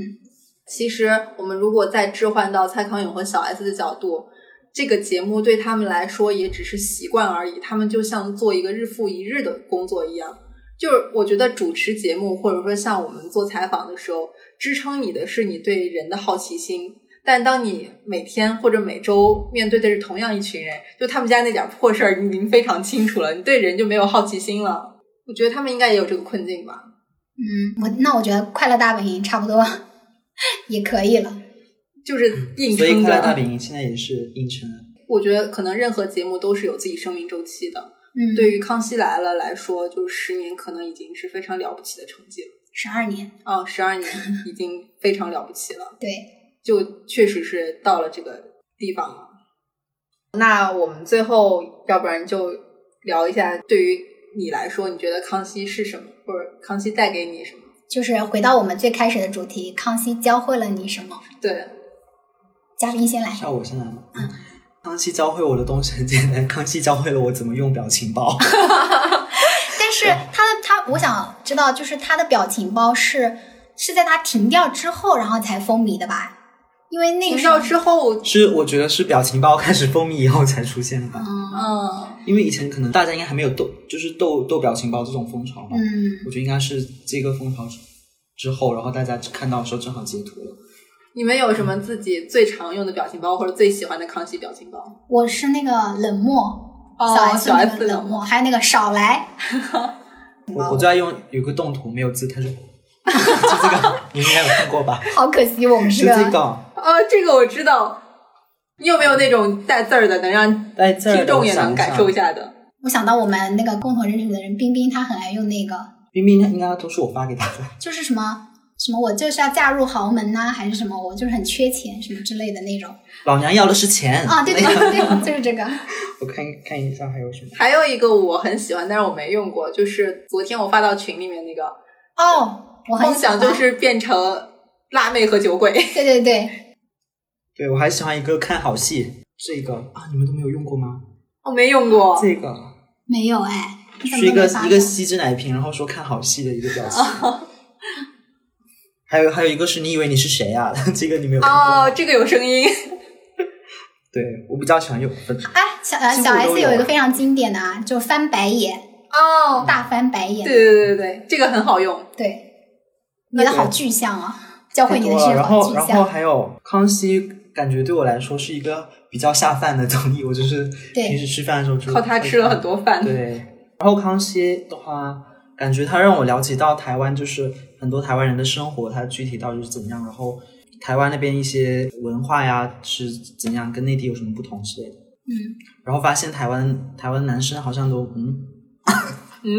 其实我们如果再置换到蔡康永和小 S 的角度，这个节目对他们来说也只是习惯而已，他们就像做一个日复一日的工作一样。就是我觉得主持节目，或者说像我们做采访的时候，支撑你的是你对人的好奇心。但当你每天或者每周面对的是同样一群人，就他们家那点破事儿，你已经非常清楚了，你对人就没有好奇心了。我觉得他们应该也有这个困境吧。
嗯，我那我觉得《快乐大本营》差不多 也可以了。嗯
就是硬
所以《
撑
快乐
着。
大本营》现在也是硬撑。
我觉得可能任何节目都是有自己生命周期的。
嗯，
对于《康熙来了》来说，就是十年可能已经是非常了不起的成哦绩了。
十二年，
啊、1十二年已经非常了不起了，
对，
就确实是到了这个地方了。那我们最后，要不然就聊一下，对于你来说，你觉得康熙是什么，或者康熙带给你什么？
就是回到我们最开始的主题，康熙教会了你什么？
对，
嘉 宾先来，
是要我先来吗？嗯康熙教会我的东西很简单，康熙教会了我怎么用表情包。
但是他的他，我想知道，就是他的表情包是是在他停掉之后，然后才风靡的吧？因为那
停
个时候
掉之后，
是我觉得是表情包开始风靡以后才出现的吧，
嗯
嗯，
因为以前可能大家应该还没有斗，就是斗斗表情包这种风潮吧。
嗯，
我觉得应该是这个风潮之之后，然后大家看到的时候正好截图了。
你们有什么自己最常用的表情包，或者最喜欢的康熙表情包？
我是那个冷漠，
哦
小
小 S
那个冷
冷
漠，还有那个少来，
哦
我我最爱用有个动图没有字，它 是就这个，你应该有看过吧？
好可惜我们
是
是
这个
呃，这个我知道。你有没有那种带字儿的，能让
带字儿的
听众也能感受一下的？
我想到我们那个共同认识的人冰冰，她很爱用那个，
冰冰应该都是我发给他的。
就是什么什么我就是要嫁入豪门呐、还是什么我就是很缺钱什么之类的那 种
老娘要的是钱
啊，对对
那个
对对， 就是这个，
我看看一下还有什么。
还有一个我很喜欢，但是我没用过，就是昨天我发到群里面那个，
哦，我很
梦
喜欢
想就是变成辣妹和酒鬼。
对对对，
对我还喜欢一个看好戏，这个啊，你们都没有用过吗？
我没用过，
这个
没有哎，你怎么
是一
都没
个
发
一个
过
吸脂奶瓶，然后说看好戏的一个表情。
哦
还有还有一个是你以为你是谁啊？ 这个你没有看过。
哦，这个有声音，
对我比较喜欢用分
哎，小呃
几乎
小
都
S
有
有一个
哎
非常经典的啊，就是翻白眼，
嗯
哦，
大翻白眼，
对对对对对，这个很好用。
对，你的
那
好
个
具象啊，教
太
会你
多
的
了。
是
然
好
后
具
然后
象，
还有康熙，感觉对我来说是一个比较下饭的综艺，我就是
对
平时吃饭的时候就
靠它吃了很多 饭。
对，然后康熙的话，感觉他让我了解到台湾就是很多台湾人的生活，它具体到底是怎样，然后台湾那边一些文化呀是怎样，跟内地有什么不同之类的。
嗯，
然后发现台湾台湾男生好像都嗯
嗯，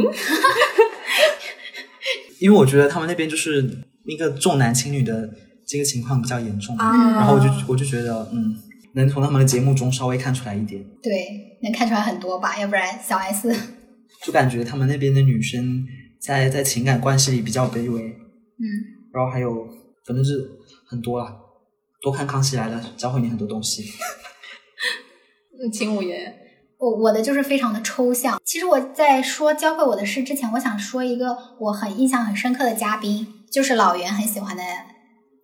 因为我觉得他们那边就是一个重男轻女的这个情况比较严重，
啊
嗯
然后我就我就觉得嗯，能从他们的节目中稍微看出来一点。
对，能看出来很多吧，要不然小 S，
就感觉他们那边的女生在在情感关系里比较卑微，
嗯，
然后还有反正是很多啦，多看《康熙来了》教会你很多东西。
嗯，秦五爷，
我我的就是非常的抽象。其实我在说教会我的事之前，我想说一个我很印象很深刻的嘉宾，就是老袁很喜欢的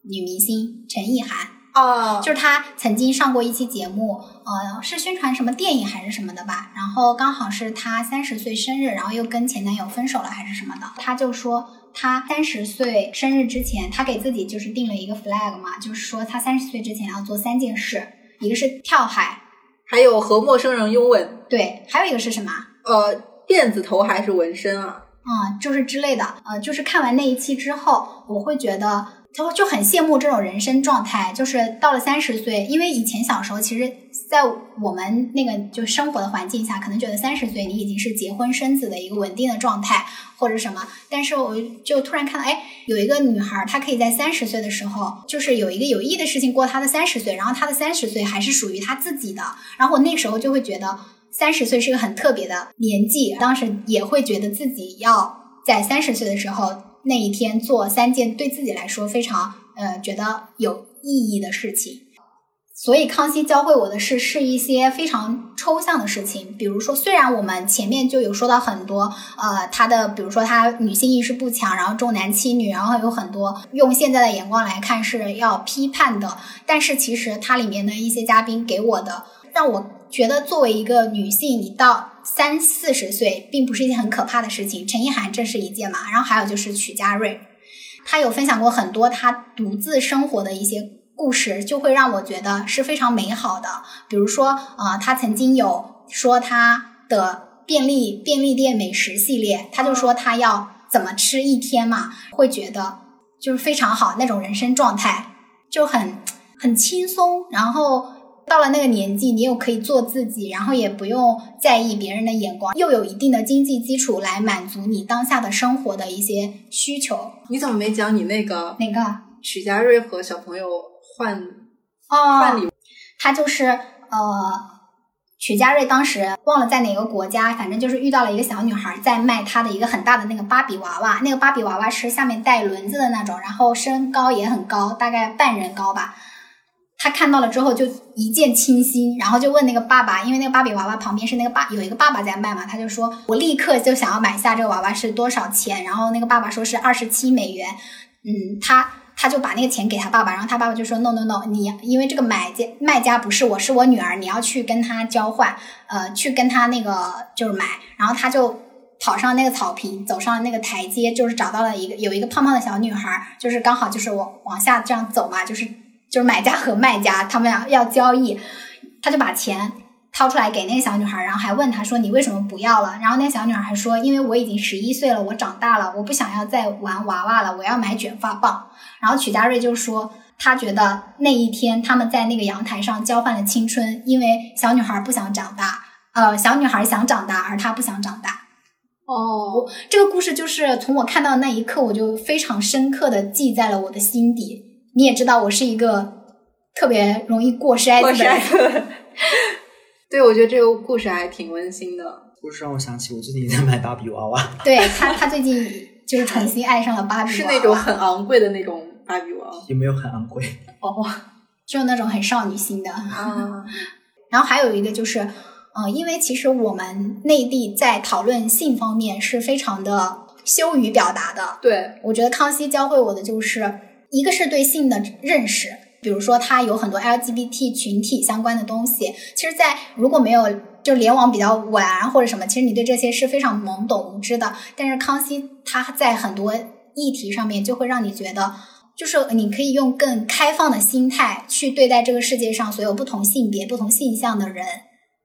女明星陈意涵。
哦
就是她曾经上过一期节目，呃，是宣传什么电影还是什么的吧。然后刚好是她三十岁生日，然后又跟前男友分手了还是什么的。她就说她三十岁生日之前，她给自己就是定了一个 flag 嘛，就是说她三十岁之前要做三件事，一个是跳海，
还有和陌生人拥吻，
对，还有一个是什么啊？
呃，辫子头还是纹身啊？
啊、就是之类的，呃，就是看完那一期之后，我会觉得就就很羡慕这种人生状态，就是到了三十岁，因为以前小时候，其实，在我们那个就生活的环境下，可能觉得三十岁你已经是结婚生子的一个稳定的状态或者什么，但是我就突然看到，哎，有一个女孩儿，她可以在三十岁的时候，就是有一个有意义的事情过她的三十岁，然后她的三十岁还是属于她自己的，然后我那时候就会觉得。三十岁是个很特别的年纪，当时也会觉得自己要在三十岁的时候那一天做三件对自己来说非常呃觉得有意义的事情。所以康熙教会我的事是一些非常抽象的事情，比如说，虽然我们前面就有说到很多，呃，他的比如说他女性意识不强，然后重男轻女，然后有很多用现在的眼光来看是要批判的，但是其实它里面的一些嘉宾给我的，让我觉得作为一个女性，你到三四十岁，并不是一件很可怕的事情。陈意涵这是一件嘛，然后还有就是曲家瑞，她有分享过很多她独自生活的一些。故事就会让我觉得是非常美好的，比如说，呃，她曾经有说她的便利便利店美食系列，她就说她要怎么吃一天嘛，会觉得就是非常好那种人生状态，就很很轻松，然后到了那个年纪，你又可以做自己，然后也不用在意别人的眼光，又有一定的经济基础来满足你当下的生活的一些需求。
你怎么没讲你那个
哪个？
许家瑞和小朋友换
哦，他就是呃，曲家瑞当时忘了在哪个国家，反正就是遇到了一个小女孩在卖她的一个很大的那个芭比娃娃，那个芭比娃娃是下面带轮子的那种，然后身高也很高，大概半人高吧。他看到了之后就一见倾心，然后就问那个爸爸，因为那个芭比娃娃旁边是那个爸有一个爸爸在卖嘛，他就说我立刻就想要买下这个娃娃是多少钱？然后那个爸爸说是二十七美元，嗯，他他就把那个钱给他爸爸，然后他爸爸就说 no no no，你因为这个买家卖家不是我，是我女儿，你要去跟他交换，呃，去跟他那个就是买，然后他就。跑上那个草坪，走上那个台阶，就是找到了一个有一个胖胖的小女孩，就是刚好就是我往下这样走嘛，就是就是买家和卖家他们俩要交易，他就把钱掏出来给那个小女孩，然后还问她说你为什么不要了？然后那小女孩还说因为我已经十一岁了，我长大了，我不想要再玩娃娃了，我要买卷发棒。然后曲家瑞就说他觉得那一天他们在那个阳台上交换了青春，因为小女孩不想长大，呃，小女孩想长大，而他不想长大。
哦，
这个故事就是从我看到的那一刻，我就非常深刻的记在了我的心底。你也知道，我是一个特别容易过筛
我
子的人。
是 对，我觉得这个故事还挺温馨的。
故事让我想起我最近也在买芭比娃娃，
对他，他最近就是重新爱上了芭比娃娃，
是那种很昂贵的那种芭比娃娃
也没有很昂贵。
就是那种很少女心的。
啊，
然后还有一个就是，呃，因为其实我们内地在讨论性方面是非常的羞于表达的，
对，
我觉得康熙教会我的就是，一个是对性的认识，比如说它有很多 LGBT 群体相关的东西。其实，在如果没有就联网比较晚啊或者什么，其实你对这些是非常懵懂无知的。但是康熙他在很多议题上面就会让你觉得。就是你可以用更开放的心态去对待这个世界上所有不同性别、不同性向的人，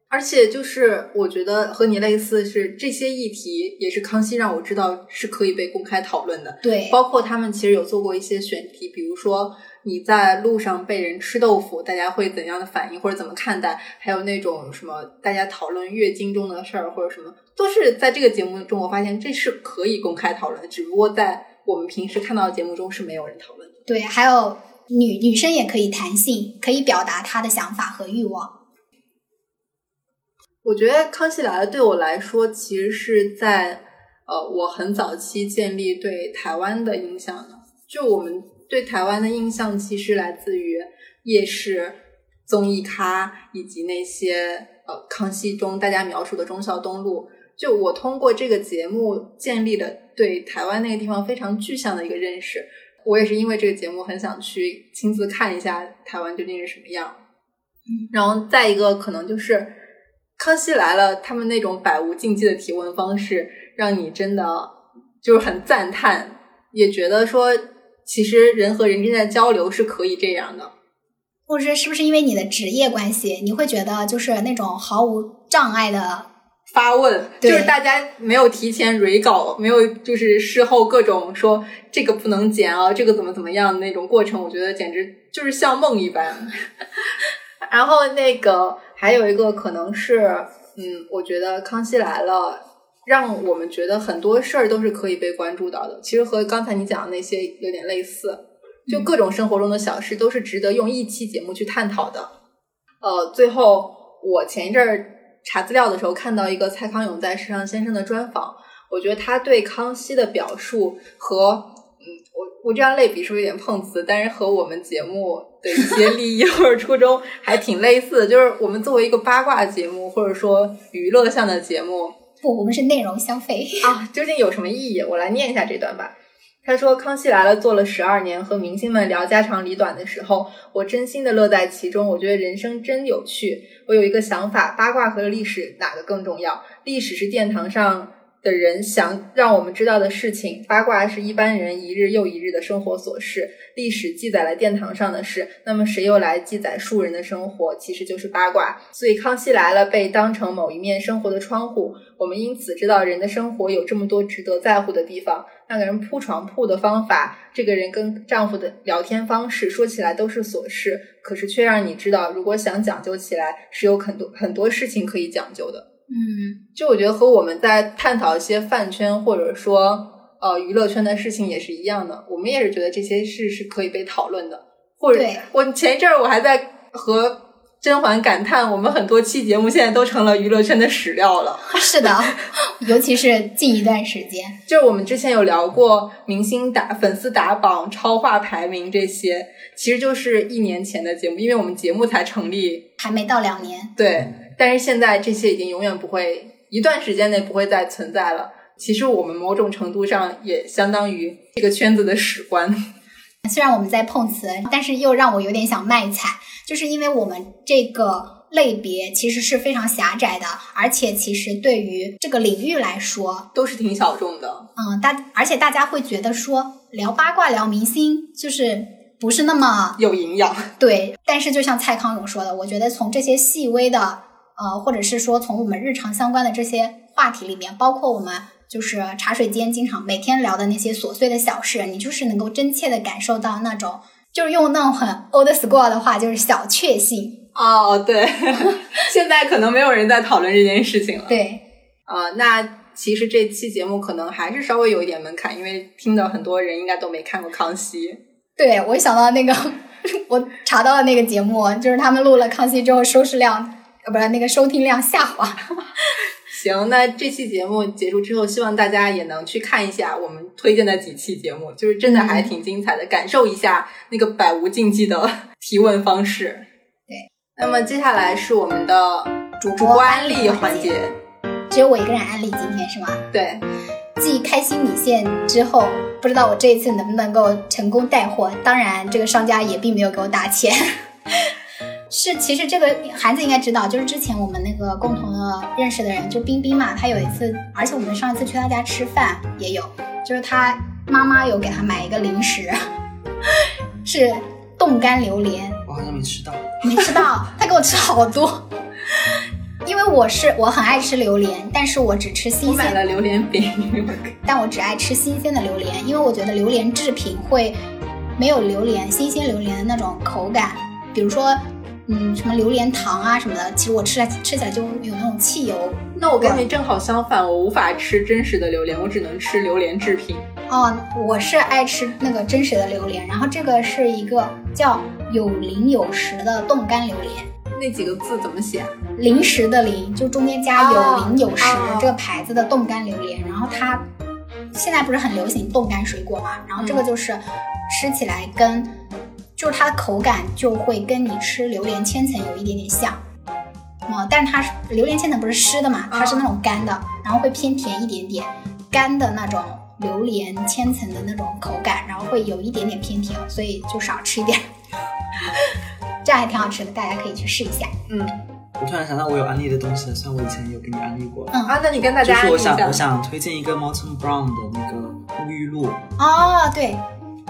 而且就是我觉得和你类似是这些议题，也是康熙让我知道是可以被公开讨论的。
对，
包括他们其实有做过一些选题，比如说你在路上被人吃豆腐，大家会怎样的反应或者怎么看待？还有那种什么大家讨论月经中的事儿或者什么，都是在这个节目中我发现这是可以公开讨论的，只不过在我们平时看到的节目中是没有人讨论的。
对，还有女女生也可以谈性，可以表达她的想法和欲望。
我觉得《康熙来了》对我来说，其实是在呃我很早期建立对台湾的印象的。就我们对台湾的印象，其实来自于夜市、综艺咖以及那些呃《康熙》中大家描述的忠孝东路。就我通过这个节目建立了对台湾那个地方非常具象的一个认识。我也是因为这个节目很想去亲自看一下台湾究竟是什么样。然后再一个可能就是《康熙来了》，他们那种百无禁忌的提问方式，让你真的就是很赞叹，也觉得说，其实人和人之间的交流是可以这样的。
或者是不是因为你的职业关系，你会觉得就是那种毫无障碍的，
发问就
对
是大家没有提前蕊稿，没有就是事后各种说这个不能剪啊，这个怎么怎么样的那种过程，我觉得简直就是像梦一般。 然后那个还有一个可能是，嗯，我觉得《康熙来了》让我们觉得很多事儿都是可以被关注到的，其实和刚才你讲的那些有点类似，就各种生活中的小事都是值得用一期节目去探讨的。呃，最后我前一阵儿查资料的时候看到一个蔡康永在《时尚先生》的专访，我觉得他对康熙的表述和嗯，我我这样类比是不是有点碰瓷？但是和我们节目的一些利益 或者初衷还挺类似的，就是我们作为一个八卦节目或者说娱乐向的节目，
不，我们是内容消费。
啊，究竟有什么意义？我来念一下这段吧。他说，《康熙来了》做了十二年，和明星们聊家长里短的时候，我真心的乐在其中。我觉得人生真有趣。我有一个想法：八卦和历史哪个更重要？历史是殿堂上的人想让我们知道的事情，八卦是一般人一日又一日的生活琐事。历史记载了殿堂上的事，那么谁又来记载庶人的生活？其实就是八卦。所以《康熙来了》被当成某一面生活的窗户，我们因此知道人的生活有这么多值得在乎的地方。那个人铺床铺的方法，这个人跟丈夫的聊天方式，说起来都是琐事，可是却让你知道，如果想讲究起来，是有很多很多事情可以讲究的。
嗯，
就我觉得和我们在探讨一些饭圈或者说呃娱乐圈的事情也是一样的，我们也是觉得这些事是可以被讨论的。或者
对
我前一阵儿我还在和甄嬛感叹，我们很多期节目现在都成了娱乐圈的史料了。
是的， 尤其是近一段时间，
就是我们之前有聊过明星打粉丝打榜、超话排名这些，其实就是一年前的节目，因为我们节目才成立。
还没到两年。
对，但是现在这些已经永远不会，一段时间内不会再存在了。其实我们某种程度上也相当于这个圈子的史官。
虽然我们在碰瓷，但是又让我有点想卖惨，就是因为我们这个类别其实是非常狭窄的，而且其实对于这个领域来说，
都是挺小众的。
嗯，大而且大家会觉得说聊八卦、聊明星，就是不是那么
有营养，
对。但是就像蔡康永说的，我觉得从这些细微的，呃，或者是说从我们日常相关的这些话题里面，包括我们就是茶水间经常每天聊的那些琐碎的小事，你就是能够真切的感受到那种，就是用那种很 old school 的话，就是小确幸。
哦，对， 现在可能没有人在讨论这件事情了。
对，
啊、那其实这期节目可能还是稍微有一点门槛，因为听的很多人应该都没看过《康熙》。
对我想到那个， 我查到了那个节目，就是他们录了《康熙》之后，收视量。呃，不是那个收听量下滑，
行，那这期节目结束之后，希望大家也能去看一下我们推荐的几期节目，就是真的
嗯
还挺精彩的，感受一下那个百无禁忌的 提问方式。
对，
那么接下来是我们的主播安利环节，
只有我一个人安利今天是吗？
对，
继开心米线之后，不知道我这一次能不能够成功带货。当然，这个商家也并没有给我打钱。 是，其实这个韩子应该知道，就是之前我们那个共同的认识的人，就冰冰嘛，她有一次，而且我们上一次去她家吃饭也有，就是她妈妈有给她买一个零食，是冻干榴莲，
我好像没吃到。
没吃到，她给我吃好多。 因为我是我很爱吃榴莲，但是我只吃
我
新
买
鲜
了榴莲饼，
但我只爱吃新鲜的榴莲，因为我觉得榴莲制品会没有榴莲新鲜榴莲的那种口感。比如说，嗯，什么榴莲糖啊什么的，其实我吃来吃起来就有那种汽油
那我跟你正好相反，我无法吃真实的榴莲，我只能吃榴莲制品。
哦，我是爱吃那个真实的榴莲，然后这个是一个叫有零有实的冻干榴莲，
那几个字怎么写啊？
零食的零，就中间加有
哦
零有实、
哦
这个牌子的冻干榴莲，然后它现在不是很流行冻干水果嘛，然后这
嗯
个就是吃起来跟就是它的口感就会跟你吃榴莲千层有一点点像。哦，但是它是榴莲千层不是湿的嘛，它
嗯
是那种干的，然后会偏甜一点点，干的那种榴莲千层的那种口感，然后会有一点点偏甜，所以就少吃一点， 这样还挺好吃的，大家可以去试一下。
我突然想到，我有安利的东西了，虽然我以前有给你安利过，
嗯
啊，那你跟大
就
家
是
安利
我
一下
想，我想推荐一个 Molton Brown 的那个沐浴露，
哦，对，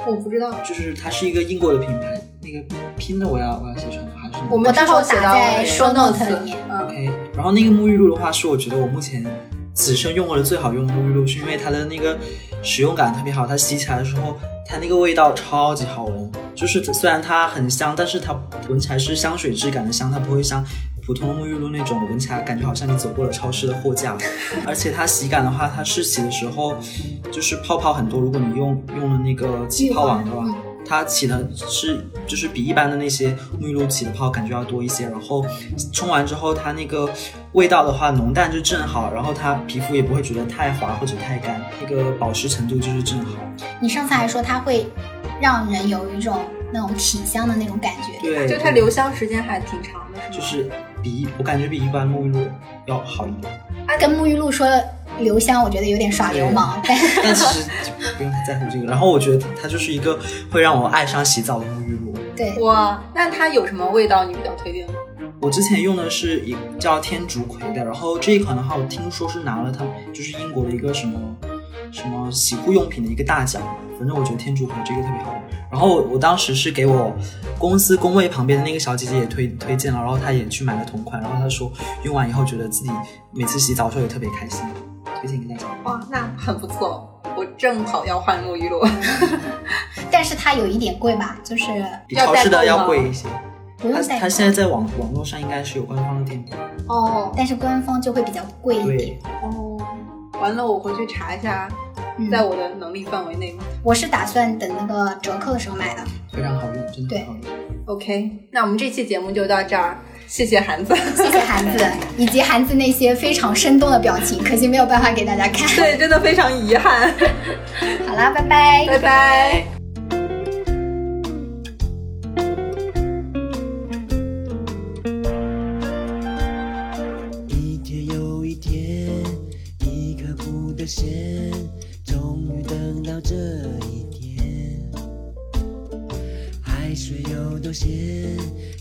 我不知道。
就是它是一个英国的品牌，那个拼的我要我要写成韩式的。
我们
我到时候
之后写
打
到
在
show
show
notes
note 里面。
嗯，
OK，然后那个沐浴露的话，是我觉得我目前此生用过的最好用的沐浴露，是因为它的那个使用感特别好，它洗起来的时候，它那个味道超级好闻。就是虽然它很香，但是它闻起来是香水质感的香，它不会像普通沐浴露那种闻起来感觉好像你走过了超市的货架。而且它洗感的话，它试洗的时候就是泡泡很多，如果你用用了那个起泡网的话。它起的是就是比一般的那些沐浴露起的泡感觉要多一些，然后冲完之后它那个味道的话浓淡就正好，然后它皮肤也不会觉得太滑或者太干，那个保湿程度就是正好。
你上次还说它会让人有一种那种体香的那种感觉。
对，
就它留香时间还挺长的，是吗？
就是比我感觉比一般沐浴露要好一点，
跟沐浴露说留香，我觉得有点耍流氓，但
但其实就不用太在乎这个。然后我觉得它就是一个会让我爱上洗澡的沐浴露。
对，
哇，那它有什么味道你比较推荐吗？
我之前用的是一叫天竺葵的，然后这一款的话，我听说是拿了他们就是英国的一个什么什么洗护用品的一个大奖，反正我觉得天竺葵这个特别好用。然后我我当时是给我公司工位旁边的那个小姐姐也推推荐了，然后她也去买了同款，然后她说用完以后觉得自己每次洗澡的时候也特别开心，推荐给大家。
哇，那啊很不错，我正好要换沐浴 露。
但是它有一点贵吧，就是
比
要
超市的
代购吗
要贵一些，
不
它
用再
它现在在网网络上应该是有官方的店铺，
哦
但是官方就会比较贵一点。
对，
哦，完了，我回去查一下，
嗯
在我的能力范围内吗
我是打算等那个折扣的时候买的。
非常好用，真的
对
很好用。
？OK，那我们这期节目就到这儿。谢谢韩子。
谢谢韩子，以及韩子那些非常生动的表情，可惜没有办法给大家看。
对，真的非常遗憾。
好啦，拜拜。
拜拜。
一天又一天，一刻不得闲，终于等到这一天。海水有多咸，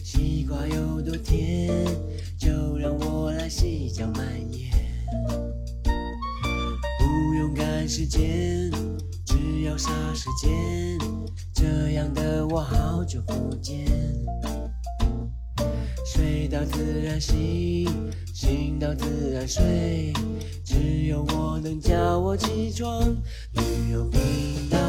西瓜有多甜，就让我来细嚼慢咽。不用赶时间，只要霎时间，这样的我好久不见。睡到自然醒，醒到自然睡，只有我能叫我起床。女友病了，